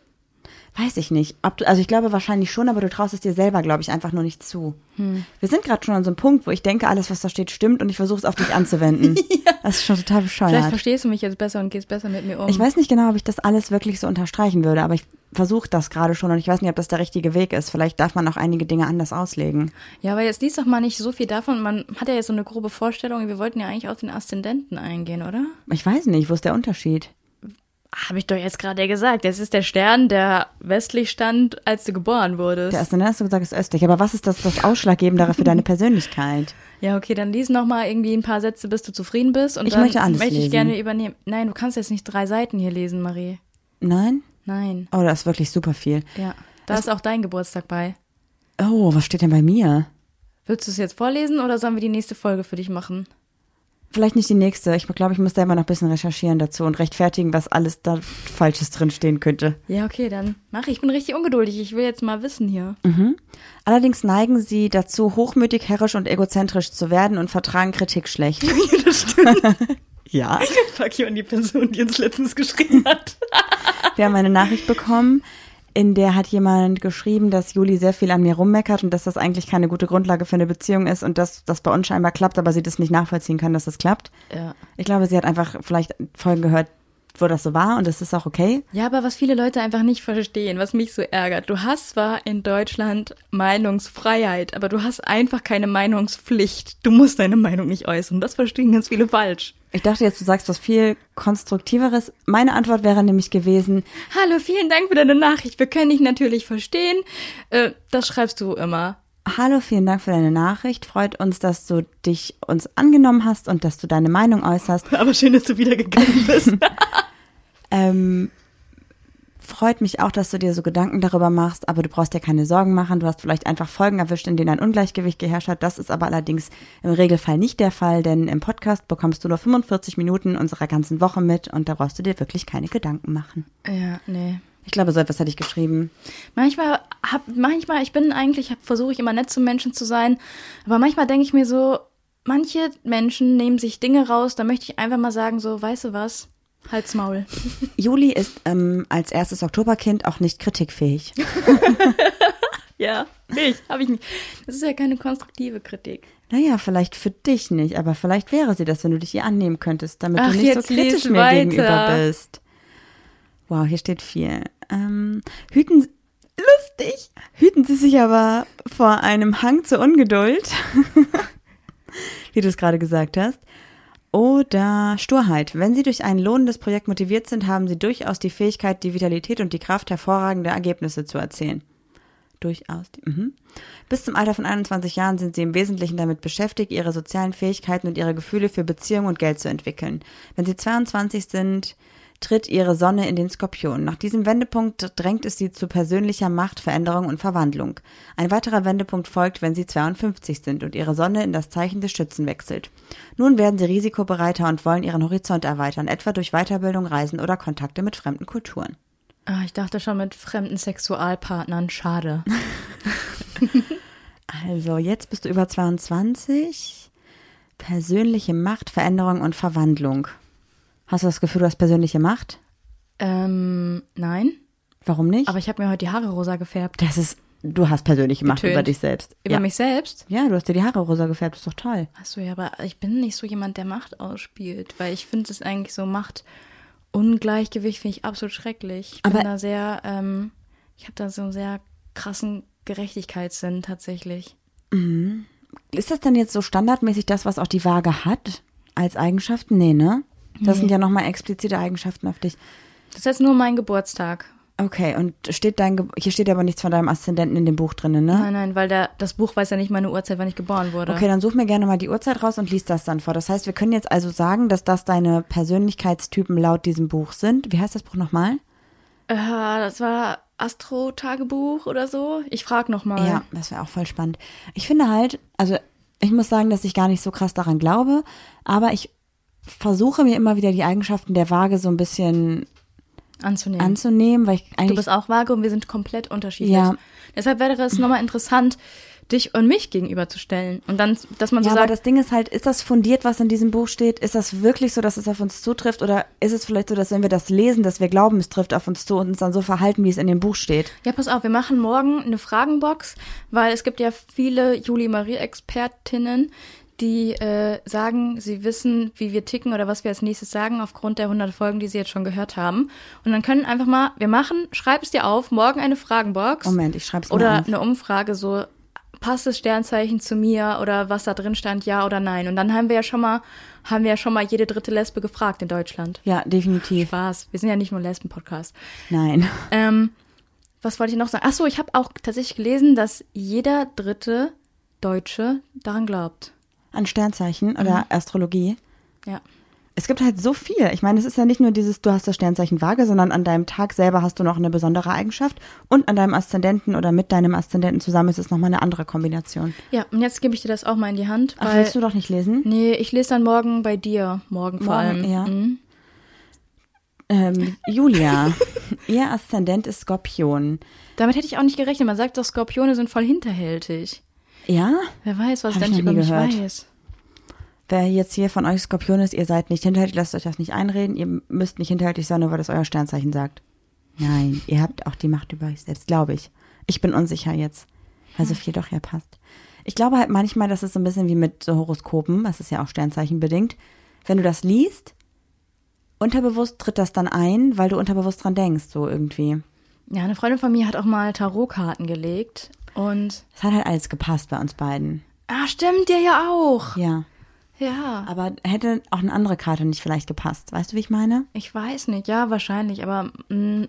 Weiß ich nicht. Ob du, also ich glaube wahrscheinlich schon, aber du traust es dir selber, glaube ich, einfach nur nicht zu. Wir sind gerade schon an so einem Punkt, wo ich denke, alles, was da steht, stimmt und ich versuche es auf dich anzuwenden. Das ist schon total
Vielleicht
bescheuert.
verstehst du mich jetzt besser und gehst besser mit mir um.
Ich weiß nicht genau, ob ich das alles wirklich so unterstreichen würde, aber ich versuche das gerade schon und ich weiß nicht, ob das der richtige Weg ist. Vielleicht darf man auch einige Dinge anders auslegen.
Ja, aber jetzt liest doch mal nicht so viel davon. Man hat ja jetzt so eine grobe Vorstellung. Wir wollten ja eigentlich auf den Aszendenten eingehen, oder?
Ich weiß nicht, wo ist der Unterschied?
Habe Ah, ich doch jetzt gerade gesagt. Das ist der Stern, der westlich stand, als du geboren wurdest.
Der Aszendent hast du gesagt, ist östlich. Aber was ist das, das Ausschlaggebendere für deine Persönlichkeit?
ja, okay, dann lies noch mal irgendwie ein paar Sätze, bis du zufrieden bist. Und
Ich
dann
möchte alles
ich
lesen.
gerne übernehmen. Nein, du kannst jetzt nicht drei Seiten hier lesen, Marie.
Nein?
Nein.
Oh, da ist wirklich super viel.
Ja, da ist auch dein Geburtstag bei.
Oh, was steht denn bei mir?
Willst du es jetzt vorlesen oder sollen wir die nächste Folge für dich machen?
Vielleicht nicht die nächste. Ich glaube, ich muss da immer noch ein bisschen recherchieren dazu und rechtfertigen, was alles da Falsches drinstehen könnte.
Ja, okay, dann mach ich. Ich bin richtig ungeduldig. Ich will jetzt mal wissen hier.
Allerdings neigen sie dazu, hochmütig, herrisch und egozentrisch zu werden und vertragen Kritik schlecht. ja.
Fuck you an die Person, die uns letztens geschrieben hat.
Wir haben eine Nachricht bekommen, in der hat jemand geschrieben, dass Juli sehr viel an mir rummeckert und dass das eigentlich keine gute Grundlage für eine Beziehung ist und dass das bei uns scheinbar klappt, aber sie das nicht nachvollziehen kann, dass das klappt.
Ja.
Ich glaube, sie hat einfach vielleicht Folgen gehört, wo das so war und das ist auch okay.
Ja, aber was viele Leute einfach nicht verstehen, was mich so ärgert, du hast zwar in Deutschland Meinungsfreiheit, aber du hast einfach keine Meinungspflicht. Du musst deine Meinung nicht äußern. Das verstehen ganz viele falsch.
Ich dachte jetzt, du sagst was viel konstruktiveres. Meine Antwort wäre nämlich gewesen,
Hallo, vielen Dank für deine Nachricht. Wir können dich natürlich verstehen. Äh, das schreibst du immer.
hallo, vielen Dank für deine Nachricht. Freut uns, dass du dich uns angenommen hast und dass du deine Meinung äußerst.
Aber schön, dass du wiedergegangen bist.
Ähm, freut mich auch, dass du dir so Gedanken darüber machst, aber du brauchst dir keine Sorgen machen. Du hast vielleicht einfach Folgen erwischt, in denen ein Ungleichgewicht geherrscht hat. Das ist aber allerdings im Regelfall nicht der Fall, denn im Podcast bekommst du nur 45 Minuten unserer ganzen Woche mit und da brauchst du dir wirklich keine Gedanken machen.
ja, nee.
Ich glaube, so etwas hatte ich geschrieben.
Manchmal hab, manchmal, ich bin eigentlich, versuche ich immer nett zu Menschen zu sein, aber manchmal denke ich mir so, manche Menschen nehmen sich Dinge raus, da möchte ich einfach mal sagen, so, weißt du was? Halt's Maul.
Juli ist ähm, als erstes Oktoberkind auch nicht kritikfähig.
Ja, ich, habe ich nicht. Das ist ja keine konstruktive Kritik.
Naja, vielleicht für dich nicht, aber vielleicht wäre sie das, wenn du dich ihr annehmen könntest, damit
Ach,
du nicht so
jetzt lies
kritisch mir
weiter.
gegenüber bist. Wow, hier steht viel. Ähm, hüten lustig, hüten sie sich aber vor einem Hang zur Ungeduld, wie du es gerade gesagt hast. Oder Sturheit. Wenn Sie durch ein lohnendes Projekt motiviert sind, haben Sie durchaus die Fähigkeit, die Vitalität und die Kraft hervorragender Ergebnisse zu erzielen. Durchaus. Die, mhm. Bis zum Alter von 21 Jahren sind sie im Wesentlichen damit beschäftigt, ihre sozialen Fähigkeiten und ihre Gefühle für Beziehung und Geld zu entwickeln. Wenn sie 22 sind, tritt ihre Sonne in den Skorpion. Nach diesem Wendepunkt drängt es sie zu persönlicher Macht, Veränderung und Verwandlung. Ein weiterer Wendepunkt folgt, wenn sie 52 sind und ihre Sonne in das Zeichen des Schützen wechselt. Nun werden sie risikobereiter und wollen ihren Horizont erweitern, etwa durch Weiterbildung, Reisen oder Kontakte mit fremden Kulturen.
Ah, ich dachte schon mit fremden Sexualpartnern, schade.
Also, jetzt bist du über 22. Persönliche Macht, Veränderung und Verwandlung. Hast du das Gefühl, du hast persönliche Macht?
ähm, nein.
Warum nicht?
Aber ich habe mir heute die Haare rosa gefärbt.
das ist Du hast persönliche Macht
Getönt.
über dich selbst.
Über
ja.
mich selbst?
ja, du hast dir die Haare rosa gefärbt, ist doch toll.
Achso, ja, aber ich bin nicht so jemand, der Macht ausspielt, weil ich finde es eigentlich so Machtungleichgewicht finde ich absolut schrecklich. Ich
Aber-
bin da sehr, ähm, ich habe da so einen sehr krassen Gerechtigkeitssinn tatsächlich.
Ist das denn jetzt so standardmäßig das, was auch die Waage hat als Eigenschaften? Nee, ne? Das sind ja nochmal explizite Eigenschaften auf dich.
Das ist jetzt nur mein Geburtstag.
Okay, und steht dein Ge hier steht aber nichts von deinem Aszendenten in dem Buch drin, ne?
Nein, nein, weil der, das Buch weiß ja nicht meine Uhrzeit, wann ich geboren wurde.
Okay, dann such mir gerne mal die Uhrzeit raus und lies das dann vor. Das heißt, wir können jetzt also sagen, dass das deine Persönlichkeitstypen laut diesem Buch sind. Wie heißt das Buch nochmal?
Äh, das war Astro-Tagebuch oder so. Ich frage nochmal.
Ja, das wäre auch voll spannend. Ich finde halt, also ich muss sagen, dass ich gar nicht so krass daran glaube, aber ich versuche mir immer wieder die Eigenschaften der Waage so ein bisschen
Anzunehmen.
anzunehmen, weil ich
Du
eigentlich
bist auch vage und wir sind komplett unterschiedlich.
Ja.
Deshalb wäre es nochmal interessant, dich und mich gegenüberzustellen. Und dann, dass man so
ja, aber
sagt,
das Ding ist halt, ist das fundiert, was in diesem Buch steht? Ist das wirklich so, dass es auf uns zutrifft? Oder ist es vielleicht so, dass wenn wir das lesen, dass wir glauben, es trifft auf uns zu und uns dann so verhalten, wie es in dem Buch steht?
ja, pass auf, wir machen morgen eine Fragenbox, weil es gibt ja viele Juli-Marie-Expertinnen, die äh, sagen, sie wissen, wie wir ticken oder was wir als nächstes sagen, aufgrund der 100 Folgen, die sie jetzt schon gehört haben. Und dann können einfach mal, wir machen, schreib es dir auf, morgen eine Fragenbox.
Moment, ich schreib's Oh, mal
Oder
auf.
eine Umfrage, so passt das Sternzeichen zu mir oder was da drin stand, ja oder nein. Und dann haben wir ja schon mal, haben wir ja schon mal jede dritte Lesbe gefragt in Deutschland.
Ja, definitiv.
Spaß. Wir sind ja nicht nur ein Lesben-Podcast.
Nein.
Ähm, was wollte ich noch sagen? Achso, ich habe auch tatsächlich gelesen, dass jeder dritte Deutsche daran glaubt.
An Sternzeichen
Mhm.
oder Astrologie.
Ja.
Es gibt halt so viel. Ich meine, es ist ja nicht nur dieses, du hast das Sternzeichen Waage, sondern an deinem Tag selber hast du noch eine besondere Eigenschaft und an deinem Aszendenten oder mit deinem Aszendenten zusammen ist es nochmal eine andere Kombination.
Ja, und jetzt gebe ich dir das auch mal in die Hand,
Ach,
weil.
willst du doch nicht lesen?
nee, ich lese dann morgen bei dir. Morgen, vor
Morgen,
allem.
ja.
Mhm.
Ähm, Julia, ihr Aszendent ist Skorpion.
Damit hätte ich auch nicht gerechnet. Man sagt doch, Skorpione sind voll hinterhältig.
Ja?
Wer weiß, was
Hab
der
ich
nicht
noch
über mich
nie gehört.
weiß.
Wer jetzt hier von euch Skorpion ist, ihr seid nicht hinterhältig, lasst euch das nicht einreden. Ihr müsst nicht hinterhältig sein, nur weil das euer Sternzeichen sagt. Nein, ihr habt auch die Macht über euch selbst, glaube ich. Ich bin unsicher jetzt, weil
Hm.
so viel doch ja passt. Ich glaube halt manchmal, das ist so ein bisschen wie mit so Horoskopen, das ist ja auch Sternzeichen bedingt. Wenn du das liest, unterbewusst tritt das dann ein, weil du unterbewusst dran denkst, so irgendwie.
Ja, eine Freundin von mir hat auch mal Tarotkarten gelegt und
Es hat halt alles gepasst bei uns beiden.
ah, stimmt dir ja auch.
Ja.
Ja,
Aber hätte auch eine andere Karte nicht vielleicht gepasst. Weißt du, wie ich meine?
ich weiß nicht, ja, wahrscheinlich, aber mh,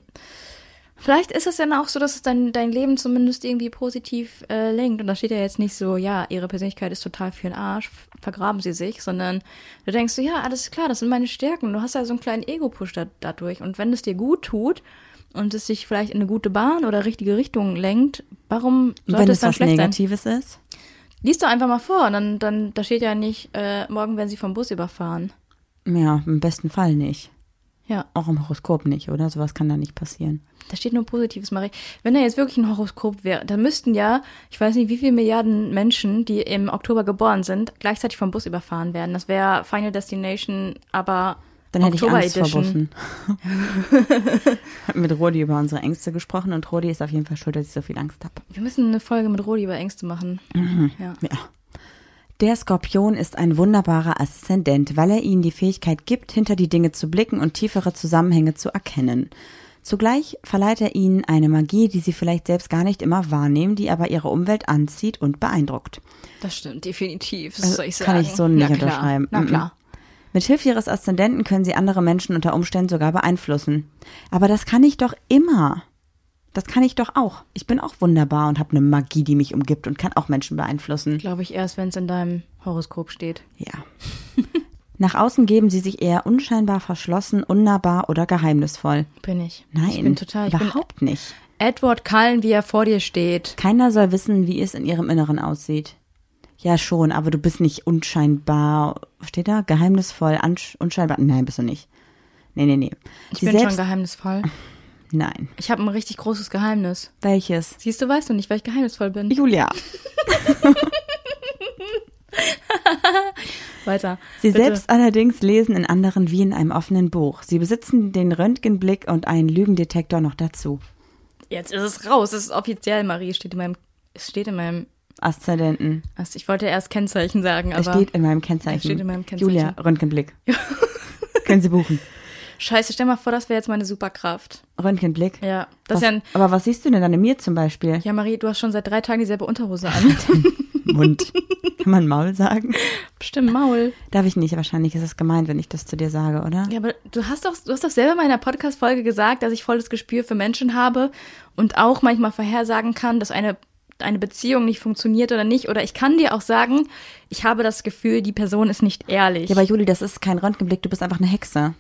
vielleicht ist es dann auch so, dass es dein, dein Leben zumindest irgendwie positiv äh, lenkt und da steht ja jetzt nicht so, ja, ihre Persönlichkeit ist total für den Arsch, f- vergraben sie sich, sondern du denkst so, ja, alles klar, das sind meine Stärken, du hast ja so einen kleinen Ego-Push da, dadurch und wenn es dir gut tut und es dich vielleicht in eine gute Bahn oder richtige Richtung lenkt, warum sollte
Wenn
es
es
dann
was
schlecht sein?
Negatives ist.
Lies doch einfach mal vor, und dann, dann da steht ja nicht, äh, morgen werden sie vom Bus überfahren.
Ja, im besten Fall nicht.
Ja,
Auch im Horoskop nicht, oder? Sowas kann da nicht passieren.
da steht nur Positives, Marie. Wenn da jetzt wirklich ein Horoskop wäre, dann müssten ja, ich weiß nicht, wie viele Milliarden Menschen, die im Oktober geboren sind, gleichzeitig vom Bus überfahren werden. Das wäre Final Destination, aber
Dann hätte
Oktober
ich Angst
Edition.
vor Bussen. Hab mit Rodi über unsere Ängste gesprochen und Rodi ist auf jeden Fall schuld, dass ich so viel Angst habe.
Wir müssen eine Folge mit Rodi über Ängste machen.
Mhm.
Ja.
Ja. Der Skorpion ist ein wunderbarer Aszendent, weil er ihnen die Fähigkeit gibt, hinter die Dinge zu blicken und tiefere Zusammenhänge zu erkennen. Zugleich verleiht er ihnen eine Magie, die sie vielleicht selbst gar nicht immer wahrnehmen, die aber ihre Umwelt anzieht und beeindruckt.
Das stimmt, definitiv. Das
Also,
soll ich sagen.
kann ich so nicht
Na klar,
unterschreiben.
Na
Mhm.
klar.
Mithilfe ihres Aszendenten können sie andere Menschen unter Umständen sogar beeinflussen. Aber das kann ich doch immer. Das kann ich doch auch. Ich bin auch wunderbar und habe eine Magie, die mich umgibt und kann auch Menschen beeinflussen.
Glaube ich erst, wenn es in deinem Horoskop steht.
Ja. Nach außen geben sie sich eher unscheinbar verschlossen, unnahbar oder geheimnisvoll.
Bin ich.
Nein,
Ich bin total, ich bin
überhaupt nicht.
Edward Cullen, wie er vor dir steht.
Keiner soll wissen, wie es in ihrem Inneren aussieht. Ja, schon, aber du bist nicht unscheinbar. Steht da? Geheimnisvoll, ansch- unscheinbar. Nein, bist du nicht. Nee, nee, nee.
Ich bin schon geheimnisvoll.
Nein.
Ich habe ein richtig großes Geheimnis.
Welches?
Siehst du, weißt du nicht, weil ich geheimnisvoll bin.
Julia.
Weiter.
Sie
Bitte.
selbst allerdings lesen in anderen wie in einem offenen Buch. Sie besitzen den Röntgenblick und einen Lügendetektor noch dazu.
Jetzt ist es raus, es ist offiziell, Marie, steht in meinem, es steht in meinem,
Aszendenten.
also ich wollte erst Kennzeichen sagen,
Er
aber
steht in meinem Kennzeichen.
Er steht in meinem Kennzeichen.
Julia, Röntgenblick. Können Sie buchen.
scheiße, stell mal vor, das wäre jetzt meine Superkraft.
Röntgenblick.
Ja, das
Was,
ist ja ein,
aber was siehst du denn dann in mir zum Beispiel?
ja Marie, du hast schon seit drei Tagen dieselbe Unterhose an.
Mund. Kann man Maul sagen?
Bestimmt Maul.
Darf ich nicht. Wahrscheinlich ist es gemein, wenn ich das zu dir sage, oder?
Ja, aber du hast doch, du hast doch selber mal in der Podcast-Folge gesagt, dass ich volles Gespür für Menschen habe und auch manchmal vorhersagen kann, dass eine, eine Beziehung nicht funktioniert oder nicht. Oder ich kann dir auch sagen, ich habe das Gefühl, die Person ist nicht ehrlich.
Ja, aber Juli, das ist kein Röntgenblick, du bist einfach eine Hexe.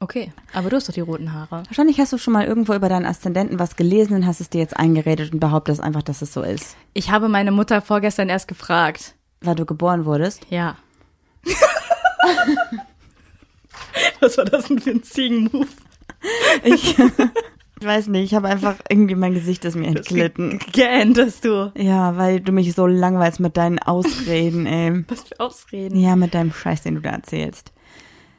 okay, aber du hast doch die roten Haare.
Wahrscheinlich hast du schon mal irgendwo über deinen Aszendenten was gelesen und hast es dir jetzt eingeredet und behauptest einfach, dass es so ist.
Ich habe meine Mutter vorgestern erst gefragt.
Weil du geboren wurdest.
Ja. Was war das denn für ein Ziegen-Move?
Ich, ich weiß nicht, ich habe einfach irgendwie mein Gesicht ist mir entglitten.
Gegähnt hast du.
Ja, weil du mich so langweilst mit deinen Ausreden, ey.
Was für Ausreden.
Ja, mit deinem Scheiß, den du da erzählst.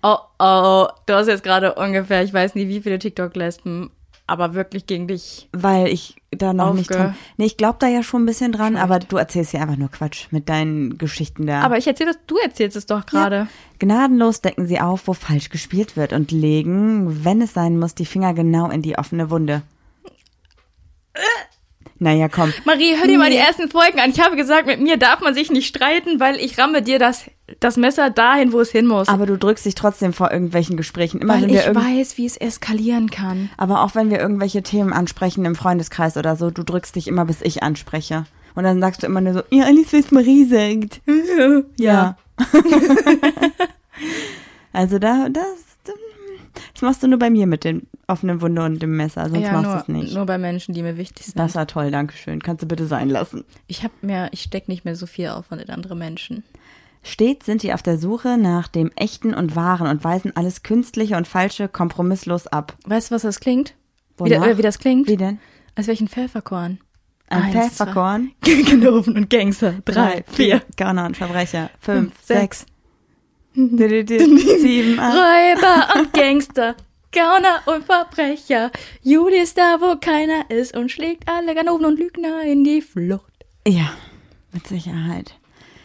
Oh, oh, du hast jetzt gerade ungefähr, ich weiß nie, wie viele TikTok-Lesben, aber wirklich gegen dich.
Weil ich da noch nicht
Aufge-
dran. Nee, ich glaube da ja schon ein bisschen dran, aber du erzählst ja einfach nur Quatsch mit deinen Geschichten da.
Aber ich erzähle das, du erzählst es doch gerade.
Gnadenlos decken sie auf, wo falsch gespielt wird und legen, wenn es sein muss, die Finger genau in die offene Wunde. Äh. Naja, komm.
Marie, hör dir mal die ersten Folgen an. Ich habe gesagt, mit mir darf man sich nicht streiten, weil ich ramme dir das, das Messer dahin, wo es hin muss.
Aber du drückst dich trotzdem vor irgendwelchen Gesprächen. Immer
weil
wenn wir
ich
irgend-
weiß, wie es eskalieren kann.
Aber auch wenn wir irgendwelche Themen ansprechen im Freundeskreis oder so, du drückst dich immer, bis ich anspreche. Und dann sagst du immer nur so, ja, Alice, was Marie sagt. Ja. also da, das, das machst du nur bei mir mit dem offenen Wunde und dem Messer, sonst
ja,
machst du
nur,
es nicht.
nur bei Menschen, die mir wichtig sind.
Das war toll, danke schön. Kannst du bitte sein lassen.
Ich hab mir, ich steck nicht mehr so viel Aufwand in andere Menschen.
Stets sind die auf der Suche nach dem Echten und Wahren und weisen alles Künstliche und Falsche kompromisslos ab.
Weißt du, was das klingt? Wie,
Wonach?
da, äh, wie das klingt?
Wie denn?
Als wäre ich ein Pfefferkorn.
Ein
Eins, zwei-
Pfefferkorn,
Ganoven und Gangster. Drei, vier.
Gauner und Verbrecher, fünf,
sechs.
sechs, sieben, acht.
Räuber und Gangster. Gauner und Verbrecher. Juli ist da, wo keiner ist und schlägt alle Ganoven und Lügner in die Flucht.
Ja, mit Sicherheit.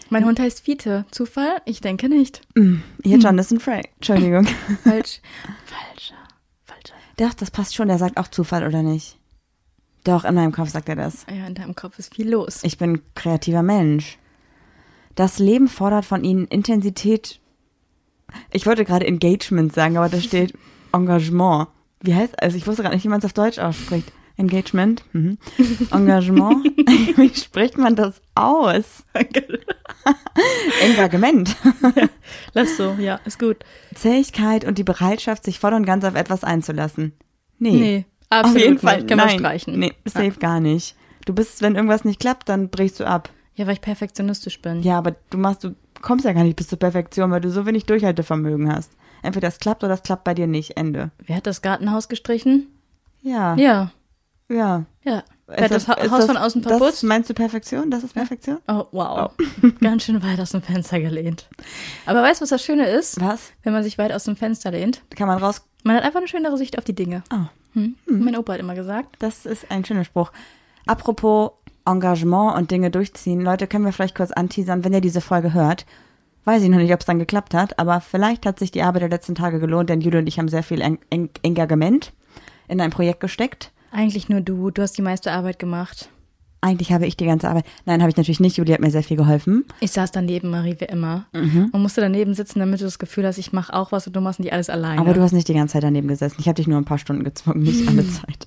Mein Hund heißt Fiete. Zufall? Ich denke nicht.
Hier Jonathan Frey. Entschuldigung.
Falsch. Falscher. Falscher.
Doch, das passt schon. Der sagt auch Zufall, oder nicht? Doch, in meinem Kopf sagt er das.
Ja, in deinem Kopf ist viel los.
Ich bin ein kreativer Mensch. Das Leben fordert von ihnen Intensität. Ich wollte gerade Engagement sagen, aber da steht Engagement. Wie heißt also ich wusste gerade nicht, wie man es auf Deutsch ausspricht. Engagement? Mhm. Engagement? wie spricht man das aus? Engagement.
Lass so, ja, ist gut.
Zähigkeit und die Bereitschaft, sich voll und ganz auf etwas einzulassen. Nee.
Nee, absolut
auf jeden
nicht.
Fall.
Kann man
nein.
streichen.
Nee, safe gar nicht. Du bist, wenn irgendwas nicht klappt, dann brichst du ab.
Ja, weil ich perfektionistisch bin.
Ja, aber du machst, du kommst ja gar nicht bis zur Perfektion, weil du so wenig Durchhaltevermögen hast. Entweder das klappt oder das klappt bei dir nicht. Ende.
Wer hat das Gartenhaus gestrichen?
Ja.
Ja,
Ja.
ja. Wer hat das, Ha-
ist
Haus von außen
Das,
verputzt?
meinst du Perfektion? Das ist Perfektion?
Oh, wow. Ganz schön weit aus dem Fenster gelehnt. Aber weißt du, was das Schöne ist?
Was?
Wenn man sich weit aus dem Fenster lehnt,
Kann man raus.
man hat einfach eine schönere Sicht auf die Dinge.
Oh,
Hm? Mein Opa hat immer gesagt.
das ist ein schöner Spruch. Apropos Engagement und Dinge durchziehen. Leute, können wir vielleicht kurz anteasern, wenn ihr diese Folge hört. Weiß ich noch nicht, ob es dann geklappt hat, aber vielleicht hat sich die Arbeit der letzten Tage gelohnt, denn Jude und ich haben sehr viel Eng Eng Engagement in ein Projekt gesteckt.
Eigentlich nur du, du hast die meiste Arbeit gemacht.
Eigentlich habe ich die ganze Arbeit. Nein, habe ich natürlich nicht. Julie hat mir sehr viel geholfen.
Ich saß daneben, Marie, wie immer.
Mhm.
Und musste daneben sitzen, damit du das Gefühl hast, ich mache auch was und du machst nicht alles alleine.
Aber du hast nicht die ganze Zeit daneben gesessen. Ich habe dich nur ein paar Stunden gezwungen, nicht alle Zeit.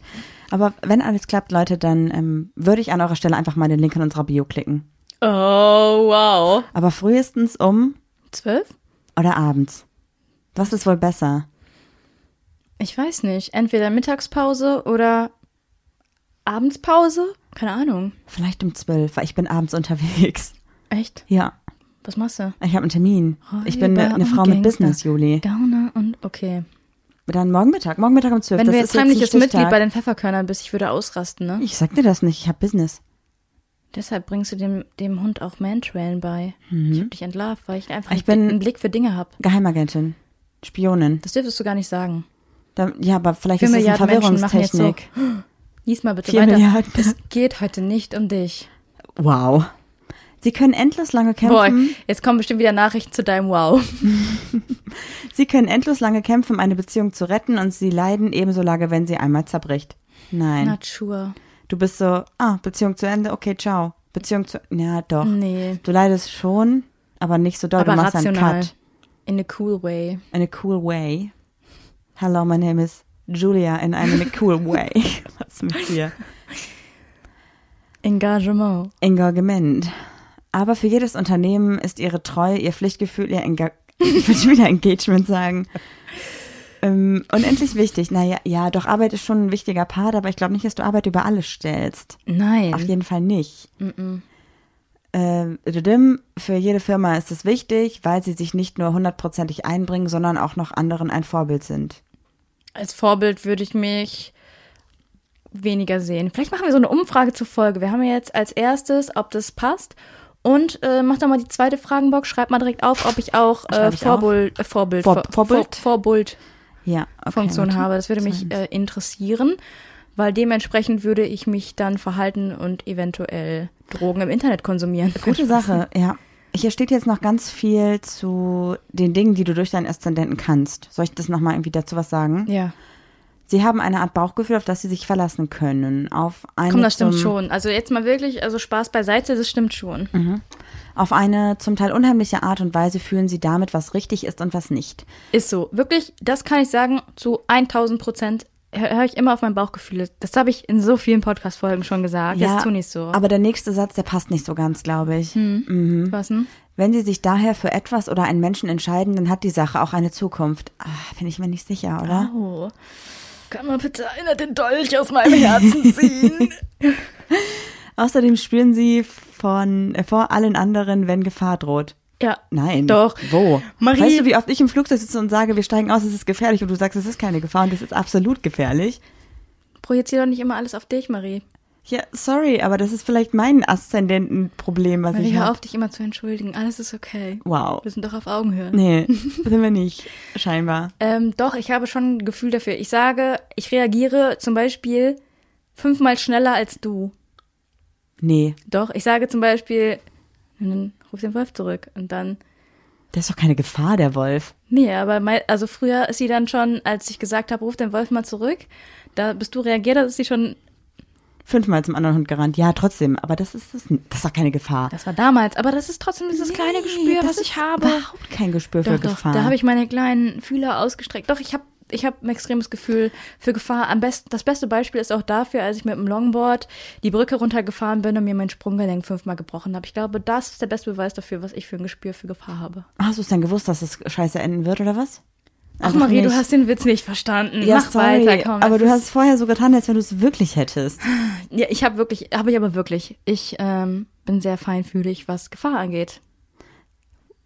Aber wenn alles klappt, Leute, dann ähm, würde ich an eurer Stelle einfach mal den Link in unserer Bio klicken.
oh, wow.
Aber frühestens um
Zwölf?
oder abends. Was ist wohl besser?
Ich weiß nicht. Entweder Mittagspause oder Abendspause? Keine Ahnung.
Vielleicht um zwölf, weil ich bin abends unterwegs.
Echt?
Ja,
Was machst du?
ich habe einen Termin. Ich bin eine,
Räuber
eine Frau
und
mit
Oh, Gangster.
Business, Juli.
Gauner und okay.
Dann morgen Mittag, morgen Mittag um zwölf.
Wenn
das
du
ist
jetzt heimliches
ein
Mitglied
Stichtag.
bei den Pfefferkörnern bist, ich würde ausrasten, ne?
Ich sag dir das nicht, ich habe Business.
Deshalb bringst du dem, dem Hund auch Mantrailen bei. Ich hab dich entlarvt, weil ich einfach
Mhm.
einen
Ich bin-
Blick- einen Blick für Dinge hab.
Geheimagentin, Spionin.
Das dürftest du gar nicht sagen.
Da, ja, aber vielleicht
Vier
ist es eine
Milliarden Menschen machen jetzt so.
Verwirrungstechnik.
Lies mal bitte
Vier
weiter.
Milliarden.
Es geht heute nicht um dich.
Wow. Sie können endlos lange
Boah,
kämpfen.
jetzt kommen bestimmt wieder Nachrichten zu deinem Wow.
Sie können endlos lange kämpfen, um eine Beziehung zu retten und sie leiden ebenso lange, wenn sie einmal zerbricht. Nein.
Not sure.
Du bist so, ah, Beziehung zu Ende, okay, ciao. Beziehung zu, ja, doch.
Nee.
Du leidest schon, aber nicht so doll.
Aber
du machst einen
rational.
Cut.
In a cool way.
In a cool way. Hello, my name is Julia and I'm in a cool way. Was ist mit dir?
Engagement.
Engagement. Aber für jedes Unternehmen ist ihre Treue, ihr Pflichtgefühl, ihr Enga ich würde schon wieder Engagement sagen. Ähm, unendlich wichtig. Naja, ja, doch Arbeit ist schon ein wichtiger Part, aber ich glaube nicht, dass du Arbeit über alles stellst.
Nein.
Auf jeden Fall nicht.
Mhm.
Ähm, düdüm, für jede Firma ist es wichtig, weil sie sich nicht nur hundertprozentig einbringen, sondern auch noch anderen ein Vorbild sind.
Als Vorbild würde ich mich weniger sehen. Vielleicht machen wir so eine Umfrage zur Folge. Wir haben ja jetzt als erstes, ob das passt. Und äh, mach doch mal die zweite Fragenbox. Schreib mal direkt auf, ob ich auch äh,
Schreib ich auf?
Vorbild, äh, Vorbild,
Vor-
Vor-
Vorbild?
Vor, Vorbild
Ja, okay,
Funktion
warte.
habe. Das würde mich
Zwei.
äh, interessieren, weil dementsprechend würde ich mich dann verhalten und eventuell Drogen im Internet konsumieren.
Gute Sache, ja. Hier steht jetzt noch ganz viel zu den Dingen, die du durch deinen Aszendenten kannst. Soll ich das nochmal irgendwie dazu was sagen?
Ja,
Sie haben eine Art Bauchgefühl, auf das sie sich verlassen können. Auf eine
komm, das stimmt
zum,
schon. Also jetzt mal wirklich, also Spaß beiseite, das stimmt schon.
Auf eine zum Teil unheimliche Art und Weise fühlen sie damit, was richtig ist und was nicht.
Ist so. Wirklich, das kann ich sagen, zu 1000 Prozent höre ich immer auf mein Bauchgefühl. Das habe ich in so vielen Podcast-Folgen schon gesagt. Ja, Jetzt tu nicht so. Hm.
Aber der nächste Satz, der passt nicht so ganz, glaube ich.
Was denn?
Wenn sie sich daher für etwas oder einen Menschen entscheiden, dann hat die Sache auch eine Zukunft. Ah, bin ich mir nicht sicher, oder?
Oh. Kann man bitte einer den Dolch aus meinem Herzen ziehen?
Außerdem spüren sie von, äh, vor allen anderen, wenn Gefahr droht.
ja.
Nein.
Doch.
Wo?
Marie.
Weißt du, wie oft ich im Flugzeug sitze und sage, wir steigen aus, es ist gefährlich und du sagst, es ist keine Gefahr und es ist absolut gefährlich?
Projizier doch nicht immer alles auf dich, Marie.
Ja, sorry, aber das ist vielleicht mein Aszendentenproblem, was
Marie,
ich
hör
habe.
auf, dich immer zu entschuldigen. Alles ist okay.
Wow.
Wir sind doch auf Augenhöhe.
Nee, sind wir nicht, scheinbar.
Ähm, doch, ich habe schon ein Gefühl dafür. Ich sage, ich reagiere zum Beispiel fünfmal schneller als du.
Nee,
Doch, ich sage zum Beispiel, und dann ruf den Wolf zurück. Und dann,
das ist doch keine Gefahr, der Wolf.
nee, aber mei- also früher ist sie dann schon, als ich gesagt habe, ruf den Wolf mal zurück, da bist du reagiert, da ist sie schon,
Fünfmal zum anderen Hund gerannt. Ja, trotzdem, aber das ist, das, das ist doch keine Gefahr.
das war damals, aber das ist trotzdem dieses kleine
Nee,
Gespür,
das
was ich
ist
habe.
überhaupt kein Gespür
Doch,
für
doch,
Gefahr.
da habe ich meine kleinen Fühler ausgestreckt. Doch, ich habe ich habe ein extremes Gefühl für Gefahr. Am besten, das beste Beispiel ist auch dafür, als ich mit dem Longboard die Brücke runtergefahren bin und mir mein Sprunggelenk fünfmal gebrochen habe. Ich glaube, das ist der beste Beweis dafür, was ich für ein Gespür für Gefahr habe.
Hast du es denn gewusst, dass es scheiße enden wird, oder was?
Ach,
Einfach
Marie, du
nicht.
hast den Witz nicht verstanden.
ja,
Mach
sorry,
weiter, komm.
aber
es
du
ist-
hast es vorher so getan, als wenn du es wirklich hättest.
Ja, ich habe wirklich, habe ich aber wirklich. Ich ähm, bin sehr feinfühlig, was Gefahr angeht.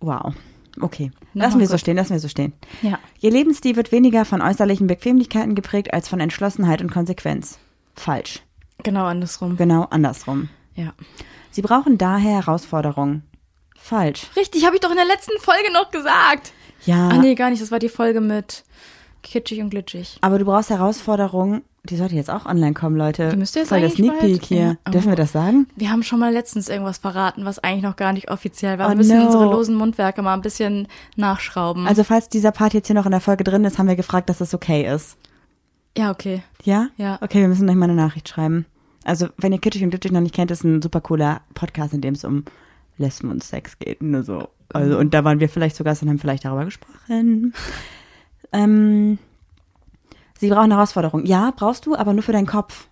Wow. Okay.
Nochmal
Lassen wir so
kurz.
stehen, lassen wir so stehen.
Ja.
Ihr Lebensstil wird weniger von äußerlichen Bequemlichkeiten geprägt als von Entschlossenheit und Konsequenz. Falsch.
Genau andersrum.
Genau andersrum.
Ja.
Sie brauchen daher Herausforderungen. Falsch.
Richtig, habe ich doch in der letzten Folge noch gesagt.
Ja.
Ah, nee, gar nicht. Das war die Folge mit Kitschig und Glitschig.
Aber du brauchst Herausforderungen. Die sollte jetzt auch online kommen, Leute.
Die müsste jetzt
Voll der
eigentlich
Sneak Peek
bald-
hier.
Ja.
Dürfen wir das sagen?
Wir haben schon mal letztens irgendwas verraten, was eigentlich noch gar nicht offiziell war. Wir
Oh,
müssen
no.
unsere losen Mundwerke mal ein bisschen nachschrauben.
Also falls dieser Part jetzt hier noch in der Folge drin ist, haben wir gefragt, dass das okay ist.
ja, okay.
Ja?
Ja.
Okay, wir müssen euch mal eine Nachricht schreiben. Also, wenn ihr Kitschig und Glitschig noch nicht kennt, ist ein super cooler Podcast, in dem es um Lesben und Sex geht. Nur so. Also, und da waren wir vielleicht sogar und haben vielleicht darüber gesprochen. ähm, sie brauchen Herausforderungen. Ja, brauchst du, aber nur für deinen Kopf.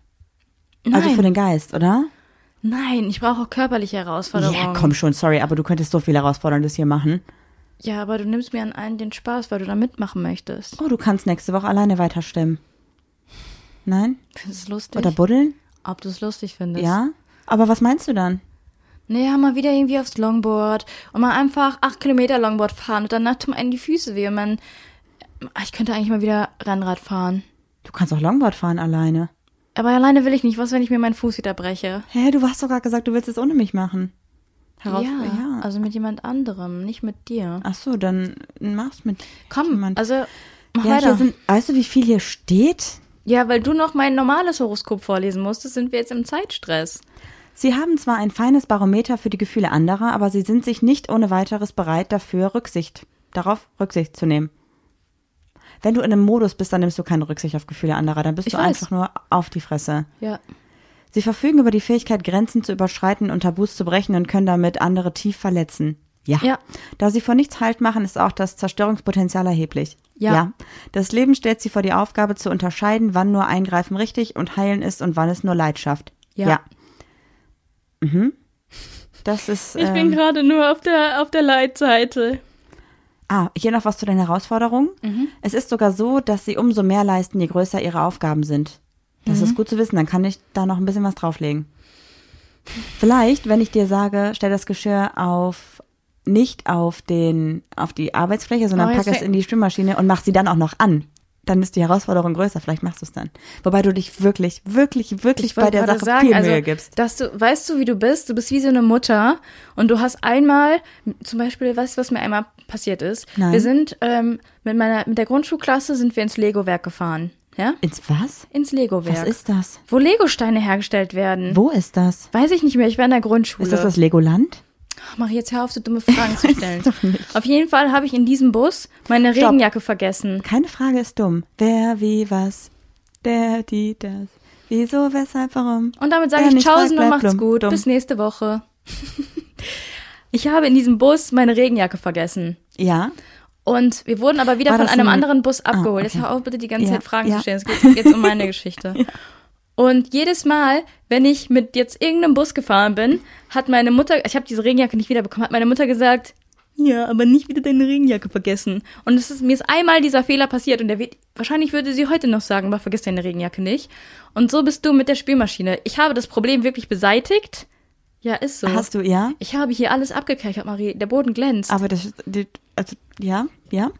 Nein,
Also für den Geist, oder?
nein, ich brauche auch körperliche Herausforderungen.
Ja, komm schon, sorry, aber du könntest so viel Herausforderndes hier machen.
Ja, aber du nimmst mir an allen den Spaß, weil du da mitmachen möchtest.
Oh, du kannst nächste Woche alleine weiterstimmen. Nein?
Findest du es lustig?
Oder buddeln?
Ob du es lustig findest?
Ja? Aber was meinst du dann?
Naja, mal wieder irgendwie aufs Longboard und mal einfach acht Kilometer Longboard fahren und danach tun einem die Füße weh und man, ich könnte eigentlich mal wieder Rennrad fahren.
Du kannst auch Longboard fahren alleine.
Aber alleine will ich nicht. Was, wenn ich mir meinen Fuß wieder breche?
Hä, du hast doch gerade gesagt, du willst es ohne mich machen. Heraus
ja, also mit jemand anderem, nicht mit dir.
Ach so, dann mach's mit
Komm,
jemand.
also mach
ja, hier
weiter.
sind, weißt du, wie viel hier steht?
Ja, weil du noch mein normales Horoskop vorlesen musstest, sind wir jetzt im Zeitstress.
Sie haben zwar ein feines Barometer für die Gefühle anderer, aber sie sind sich nicht ohne weiteres bereit, dafür Rücksicht, darauf Rücksicht zu nehmen. Wenn du in einem Modus bist, dann nimmst du keine Rücksicht auf Gefühle anderer, dann bist
Ich
du
weiß.
einfach nur auf die Fresse.
Ja.
Sie verfügen über die Fähigkeit, Grenzen zu überschreiten und Tabus zu brechen und können damit andere tief verletzen. Ja.
Ja.
Da sie vor nichts Halt machen, ist auch das Zerstörungspotenzial erheblich.
Ja.
Das Leben stellt sie vor die Aufgabe zu unterscheiden, wann nur Eingreifen richtig und heilen ist und wann es nur Leid schafft.
Ja.
Mhm. Das ist.
Ich bin
ähm,
gerade nur auf der, auf der Leitseite.
Ah, hier noch was zu den Herausforderungen.
Mhm.
Es ist sogar so, dass sie umso mehr leisten, je größer ihre Aufgaben sind. Das
Mhm.
ist gut zu wissen, dann kann ich da noch ein bisschen was drauflegen. Vielleicht, wenn ich dir sage, stell das Geschirr auf nicht auf den auf die Arbeitsfläche, sondern
Oh, jetzt
pack es
fäng-
in die Spülmaschine und mach sie dann auch noch an. Dann ist die Herausforderung größer, vielleicht machst du es dann. Wobei du dich wirklich, wirklich, wirklich bei
wollte
der
gerade
Sache viel
also,
Mühe gibst.
Dass du, weißt du, wie du bist? Du bist wie so eine Mutter und du hast einmal, zum Beispiel, weißt du, was mir einmal passiert ist?
Nein.
Wir sind ähm, mit meiner, mit der Grundschulklasse sind wir ins Lego-Werk gefahren. Ja?
Ins was?
Ins
Was
Lego-Werk.
ist das?
Wo Lego-Steine hergestellt werden.
Wo ist das?
Weiß ich nicht mehr, ich war in der Grundschule.
Ist das das Legoland?
Ach, mach jetzt hör auf, so dumme Fragen zu stellen.
doch nicht.
Auf jeden Fall habe ich in diesem Bus meine
Stopp.
Regenjacke vergessen.
Keine Frage ist dumm. Wer, wie, was? Der, die, das. Wieso, weshalb, warum?
Und damit sage
Wer
ich
nicht
Tschaußen und
fragt,
macht's
bleibt dumm.
gut.
Dumm.
Bis nächste Woche. ich habe in diesem Bus meine Regenjacke vergessen.
Ja.
Und wir wurden aber wieder
War
von
das
einem
ein- Ah,
anderen Bus abgeholt. Jetzt
okay.
hör auf, bitte die ganze
Ja,
Zeit Fragen
ja.
zu stellen. Es geht jetzt um meine Geschichte. Und jedes Mal, wenn ich mit jetzt irgendeinem Bus gefahren bin, hat meine Mutter, ich habe diese Regenjacke nicht wiederbekommen, hat meine Mutter gesagt, ja, aber nicht wieder deine Regenjacke vergessen. Und es ist, mir ist einmal dieser Fehler passiert und der wird, wahrscheinlich würde sie heute noch sagen, aber vergiss deine Regenjacke nicht. Und so bist du mit der Spielmaschine. Ich habe das Problem wirklich beseitigt. Ja, ist so.
Hast du, ja?
ich habe hier alles abgekeichert, Marie. Der Boden glänzt.
Aber das, die, also, ja, ja.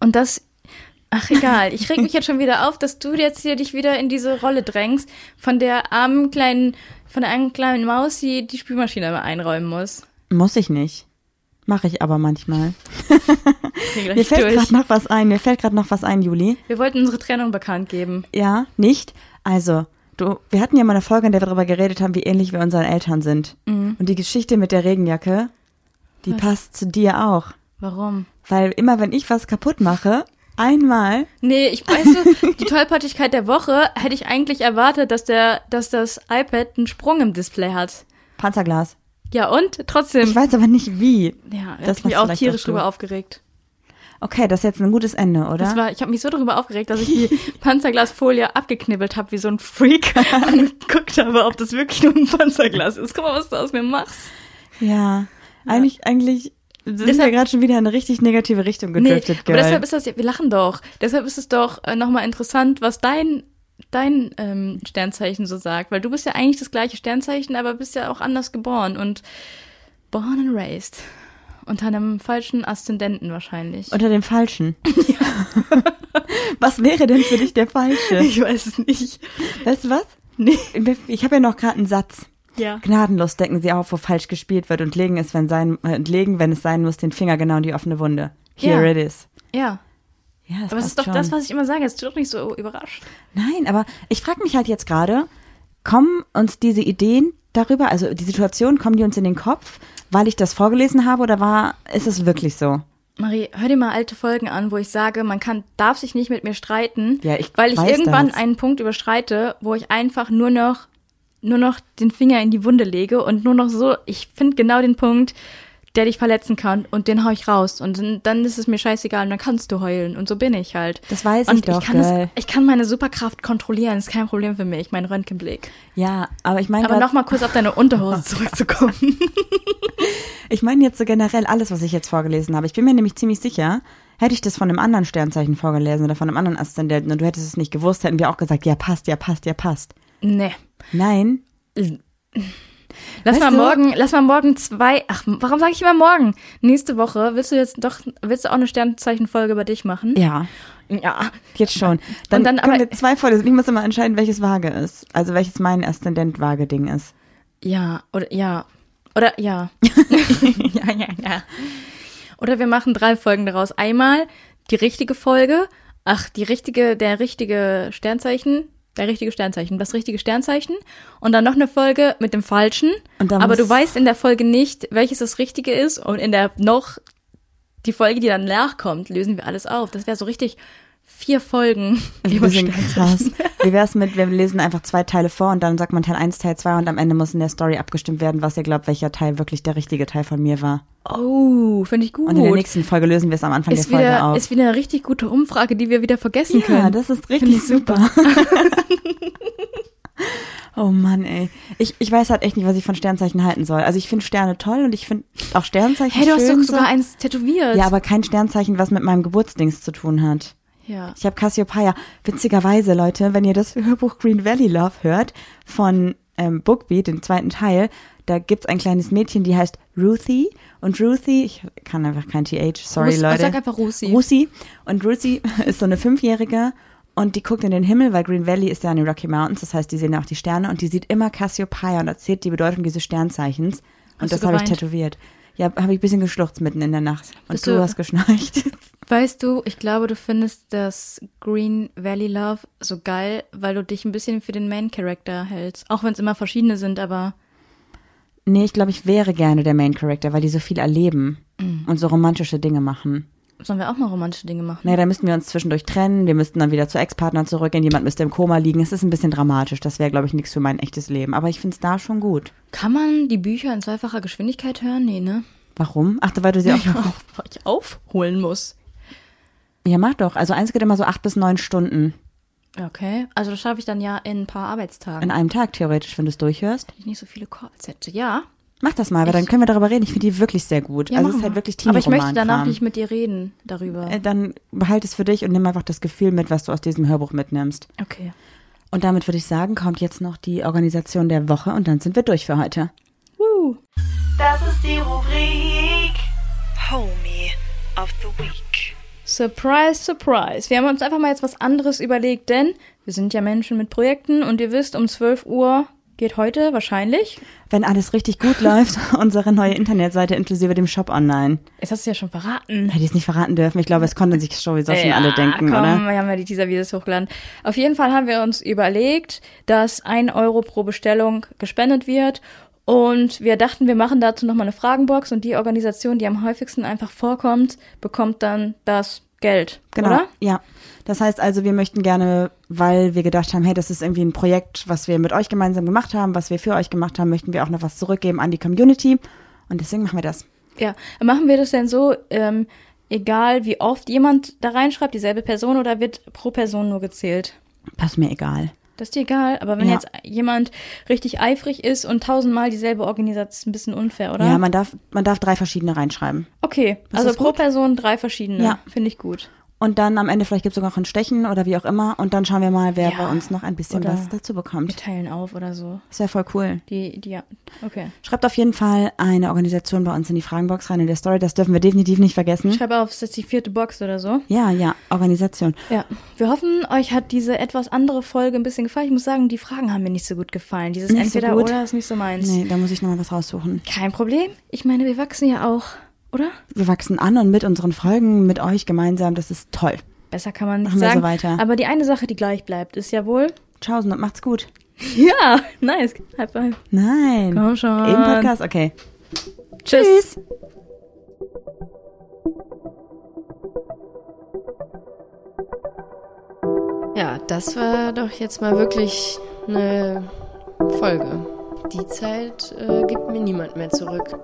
Und das, ach egal, ich reg mich jetzt schon wieder auf, dass du jetzt hier dich wieder in diese Rolle drängst, von der armen kleinen, von der armen kleinen Maus, die die Spülmaschine immer einräumen muss.
Muss ich nicht. Mache ich aber manchmal.
Ich bin
Mir
gleich
fällt
durch.
gerade noch was ein. Mir fällt gerade noch was ein, Juli.
Wir wollten unsere Trennung bekannt geben.
Ja, nicht? Also, du, wir hatten ja mal eine Folge, in der wir darüber geredet haben, wie ähnlich wir unseren Eltern sind.
Mhm.
Und die Geschichte mit der Regenjacke, die passt zu dir auch.
Warum?
Weil immer, wenn ich was kaputt mache, einmal
Nee, ich weiß, du, die Tollpatschigkeit der Woche hätte ich eigentlich erwartet, dass der, dass das iPad einen Sprung im Display hat.
Panzerglas.
Ja, und
Ich
trotzdem.
weiß aber nicht wie.
Ja, ich
das
habe mich
machst
auch
vielleicht
tierisch
auch du.
drüber aufgeregt.
Okay, das ist jetzt ein gutes Ende, oder?
Das war, ich habe mich so darüber aufgeregt, dass ich die Panzerglasfolie abgeknibbelt habe wie so ein Freak und geguckt habe, ob das wirklich nur ein Panzerglas ist. Guck mal, was du aus mir machst.
ja. Eigentlich, eigentlich sind
Deshalb-
wir gerade schon wieder in eine richtig negative Richtung
Nee,
gedriftet,
aber
Girl.
deshalb ist das, ja- wir lachen doch. Deshalb ist es doch äh, nochmal interessant, was dein dein ähm, Sternzeichen so sagt, weil du bist ja eigentlich das gleiche Sternzeichen, aber bist ja auch anders geboren und born and raised unter einem falschen Aszendenten wahrscheinlich.
Unter dem Falschen. was wäre denn für dich der Falsche?
ich weiß es nicht.
Weißt du was?
Nee.
Ich habe ja noch gerade einen Satz.
Ja.
Gnadenlos decken sie auf, wo falsch gespielt wird und legen es, wenn sein, äh, und legen, wenn es sein muss, den Finger genau in die offene Wunde. Here
Ja.
it is.
Ja.
Ja,
Aber es ist
passt
doch
schon.
das, was ich immer sage. Jetzt bin doch nicht so überrascht.
Nein, aber ich frage mich halt jetzt gerade, kommen uns diese Ideen darüber, also die Situation, kommen die uns in den Kopf, weil ich das vorgelesen habe oder war, ist es wirklich so?
Marie, hör dir mal alte Folgen an, wo ich sage, man kann, darf sich nicht mit mir streiten,
Ja, ich
weil ich
weiß
irgendwann
das.
einen Punkt überschreite, wo ich einfach nur noch, nur noch den Finger in die Wunde lege und nur noch so, ich finde genau den Punkt, der dich verletzen kann und den hau ich raus und dann- dann ist es mir scheißegal und dann kannst du heulen und so bin ich halt.
Das weiß
und
ich doch,
ich kann, das,
Girl.
ich kann meine Superkraft kontrollieren, ist kein Problem für mich, mein Röntgenblick.
Ja, aber ich meine,
Aber
grad-
nochmal kurz auf deine Unterhose zurückzukommen.
ich meine jetzt so generell alles, was ich jetzt vorgelesen habe. Ich bin mir nämlich ziemlich sicher, hätte ich das von einem anderen Sternzeichen vorgelesen oder von einem anderen Aszendenten und du hättest es nicht gewusst, hätten wir auch gesagt, ja passt, ja passt, ja passt.
nee.
Nein,
Lass
Weißt
mal
du-
morgen, lass mal morgen zwei. Ach, warum sage ich immer morgen? Nächste Woche willst du jetzt doch, willst du auch eine Sternzeichenfolge über dich machen?
ja,
Ja.
jetzt schon. Dann,
dann
können
aber-
wir zwei vorlesen. Ich muss immer entscheiden, welches Waage ist. Also welches mein Aszendent-Waage-Ding ist.
Ja, oder ja. Oder ja. ja, ja, ja. Oder wir machen drei Folgen daraus. Einmal die richtige Folge, Ach, die richtige, der richtige Sternzeichen, der richtige Sternzeichen, das richtige Sternzeichen und dann noch eine Folge mit dem falschen.
Und dann
aber
muss-
du weißt in der Folge nicht, welches das richtige ist und in der noch die Folge, die dann nachkommt, lösen wir alles auf. Das wäre so richtig vier Folgen
Wir
über
sind krass.
Sternzeichen.
Wie wär's mit, wir lesen einfach zwei Teile vor und dann sagt man Teil 1, Teil 2 und am Ende muss in der Story abgestimmt werden, was ihr glaubt, welcher Teil wirklich der richtige Teil von mir war.
Oh, finde ich gut.
Und in der nächsten Folge lösen wir es am Anfang
ist
der Folge
wieder,
auf.
ist wieder eine richtig gute Umfrage, die wir wieder vergessen
ja,
können.
das ist richtig super. oh Mann, ey. Ich, ich weiß halt echt nicht, was ich von Sternzeichen halten soll. Also ich finde Sterne toll und ich finde auch Sternzeichen
hey, du hast
schön.
doch
so.
sogar eins tätowiert.
ja, aber kein Sternzeichen, was mit meinem Geburtsdings zu tun hat.
ja.
Ich habe Cassiopeia. Witzigerweise, Leute, wenn ihr das Hörbuch Green Valley Love hört von ähm, Bookbeat, den zweiten Teil, da gibt's ein kleines Mädchen, die heißt Ruthie. Und Ruthie, ich kann einfach kein TH, sorry
Rus-
Leute.
sag einfach Ruthie.
Ruthie. Und Ruthie ist so eine Fünfjährige und die guckt in den Himmel, weil Green Valley ist ja in den Rocky Mountains, das heißt, die sehen ja auch die Sterne und die sieht immer Cassiopeia und erzählt die Bedeutung dieses Sternzeichens. Und
Hast du
das habe ich
geweint?
tätowiert. Ja, habe ich ein bisschen geschluchzt mitten in der Nacht. Und
Bist
du
du-
hast geschnarcht.
Weißt du, ich glaube, du findest das Green Valley Love so geil, weil du dich ein bisschen für den Main Character hältst. Auch wenn es immer verschiedene sind, aber
Nee, ich glaube, ich wäre gerne der Main Character, weil die so viel erleben
Mm.
und so romantische Dinge machen.
sollen wir auch mal romantische Dinge machen?
Naja, da müssten wir uns zwischendurch trennen, wir müssten dann wieder zu Ex-Partnern zurückgehen, jemand müsste im Koma liegen. Es ist ein bisschen dramatisch, das wäre, glaube ich, nichts für mein echtes Leben. Aber ich finde es da schon gut.
Kann man die Bücher in zweifacher Geschwindigkeit hören? Nee, ne?
Warum? Ach, weil du sie auch.
Ja, weil ich aufholen muss.
Ja, mach doch. Also eins geht immer so acht bis neun Stunden
Okay, also das schaffe ich dann ja in ein paar Arbeitstagen.
in einem Tag, theoretisch, wenn du es durchhörst.
Wenn ich nicht so viele Calls hätte. Ja,
Mach das mal, weil dann können wir darüber reden. Ich finde die wirklich sehr gut.
ja
also es
machen
ist halt
wir.
wirklich
Aber ich möchte danach
Teenie-Roman-Kram.
nicht mit dir reden darüber.
Äh, Dann behalte es für dich und nimm einfach das Gefühl mit, was du aus diesem Hörbuch mitnimmst.
Okay.
Und damit würde ich sagen, kommt jetzt noch die Organisation der Woche und dann sind wir durch für heute.
Woo.
Das ist die Rubrik Homie of the Week.
Surprise, surprise. Wir haben uns einfach mal jetzt was anderes überlegt, denn wir sind ja Menschen mit Projekten und ihr wisst, um 12 Uhr geht heute wahrscheinlich.
Wenn alles richtig gut läuft, unsere neue Internetseite inklusive dem Shop online.
Jetzt hast du ja schon verraten.
Hätte ich es nicht verraten dürfen. Ich glaube, es konnten sich sowieso schon alle denken,
komm,
oder?
wir haben ja die Teaser-Videos hochgeladen. Auf jeden Fall haben wir uns überlegt, dass ein Euro pro Bestellung gespendet wird. Und wir dachten, wir machen dazu nochmal eine Fragenbox und die Organisation, die am häufigsten einfach vorkommt, bekommt dann das Geld.
Genau.
Oder?
Ja. Das heißt also, wir möchten gerne, weil wir gedacht haben, hey, das ist irgendwie ein Projekt, was wir mit euch gemeinsam gemacht haben, was wir für euch gemacht haben, möchten wir auch noch was zurückgeben an die Community. Und deswegen machen wir das.
Ja, machen wir das denn so, ähm, egal wie oft jemand da reinschreibt, dieselbe Person oder wird pro Person nur gezählt?
Das ist mir egal.
Das ist dir egal, aber wenn
Ja.
jetzt jemand richtig eifrig ist und tausendmal dieselbe Organisation, ist ein bisschen unfair, oder?
Ja, man darf, man darf drei verschiedene reinschreiben.
okay,
Ist
also
das
pro
gut?
Person drei verschiedene,
Ja.
finde ich gut.
Und dann am Ende vielleicht gibt es sogar noch ein Stechen oder wie auch immer. Und dann schauen wir mal, wer
Ja.
bei uns noch ein bisschen
Oder-
was dazu
Wir
bekommt.
teilen auf oder so.
Das wäre voll cool.
Die, die, ja, okay.
Schreibt auf jeden Fall eine Organisation bei uns in die Fragenbox rein in der Story. Das dürfen wir definitiv nicht vergessen.
Schreib auf, ist das die vierte Box oder so?
ja, ja, Organisation.
Ja, wir hoffen, euch hat diese etwas andere Folge ein bisschen gefallen. Ich muss sagen, die Fragen haben mir nicht so gut gefallen. Dieses
Nicht so
entweder
gut.
oder ist nicht so meins.
Nee, da muss ich nochmal was raussuchen.
Kein Problem. Ich meine, wir wachsen ja auch, oder?
Wir wachsen an und mit unseren Folgen, mit euch gemeinsam, das ist toll.
Besser kann man nicht
Machen wir
sagen.
so weiter.
Aber die eine Sache, die gleich bleibt, ist ja wohl.
Tschaußen und macht's gut.
Ja, nice. High five.
Nein.
Komm schon.
Im Podcast, okay.
Tschüss.
Tschüss.
Ja, das war doch jetzt mal wirklich eine Folge. Die Zeit äh, gibt mir niemand mehr zurück.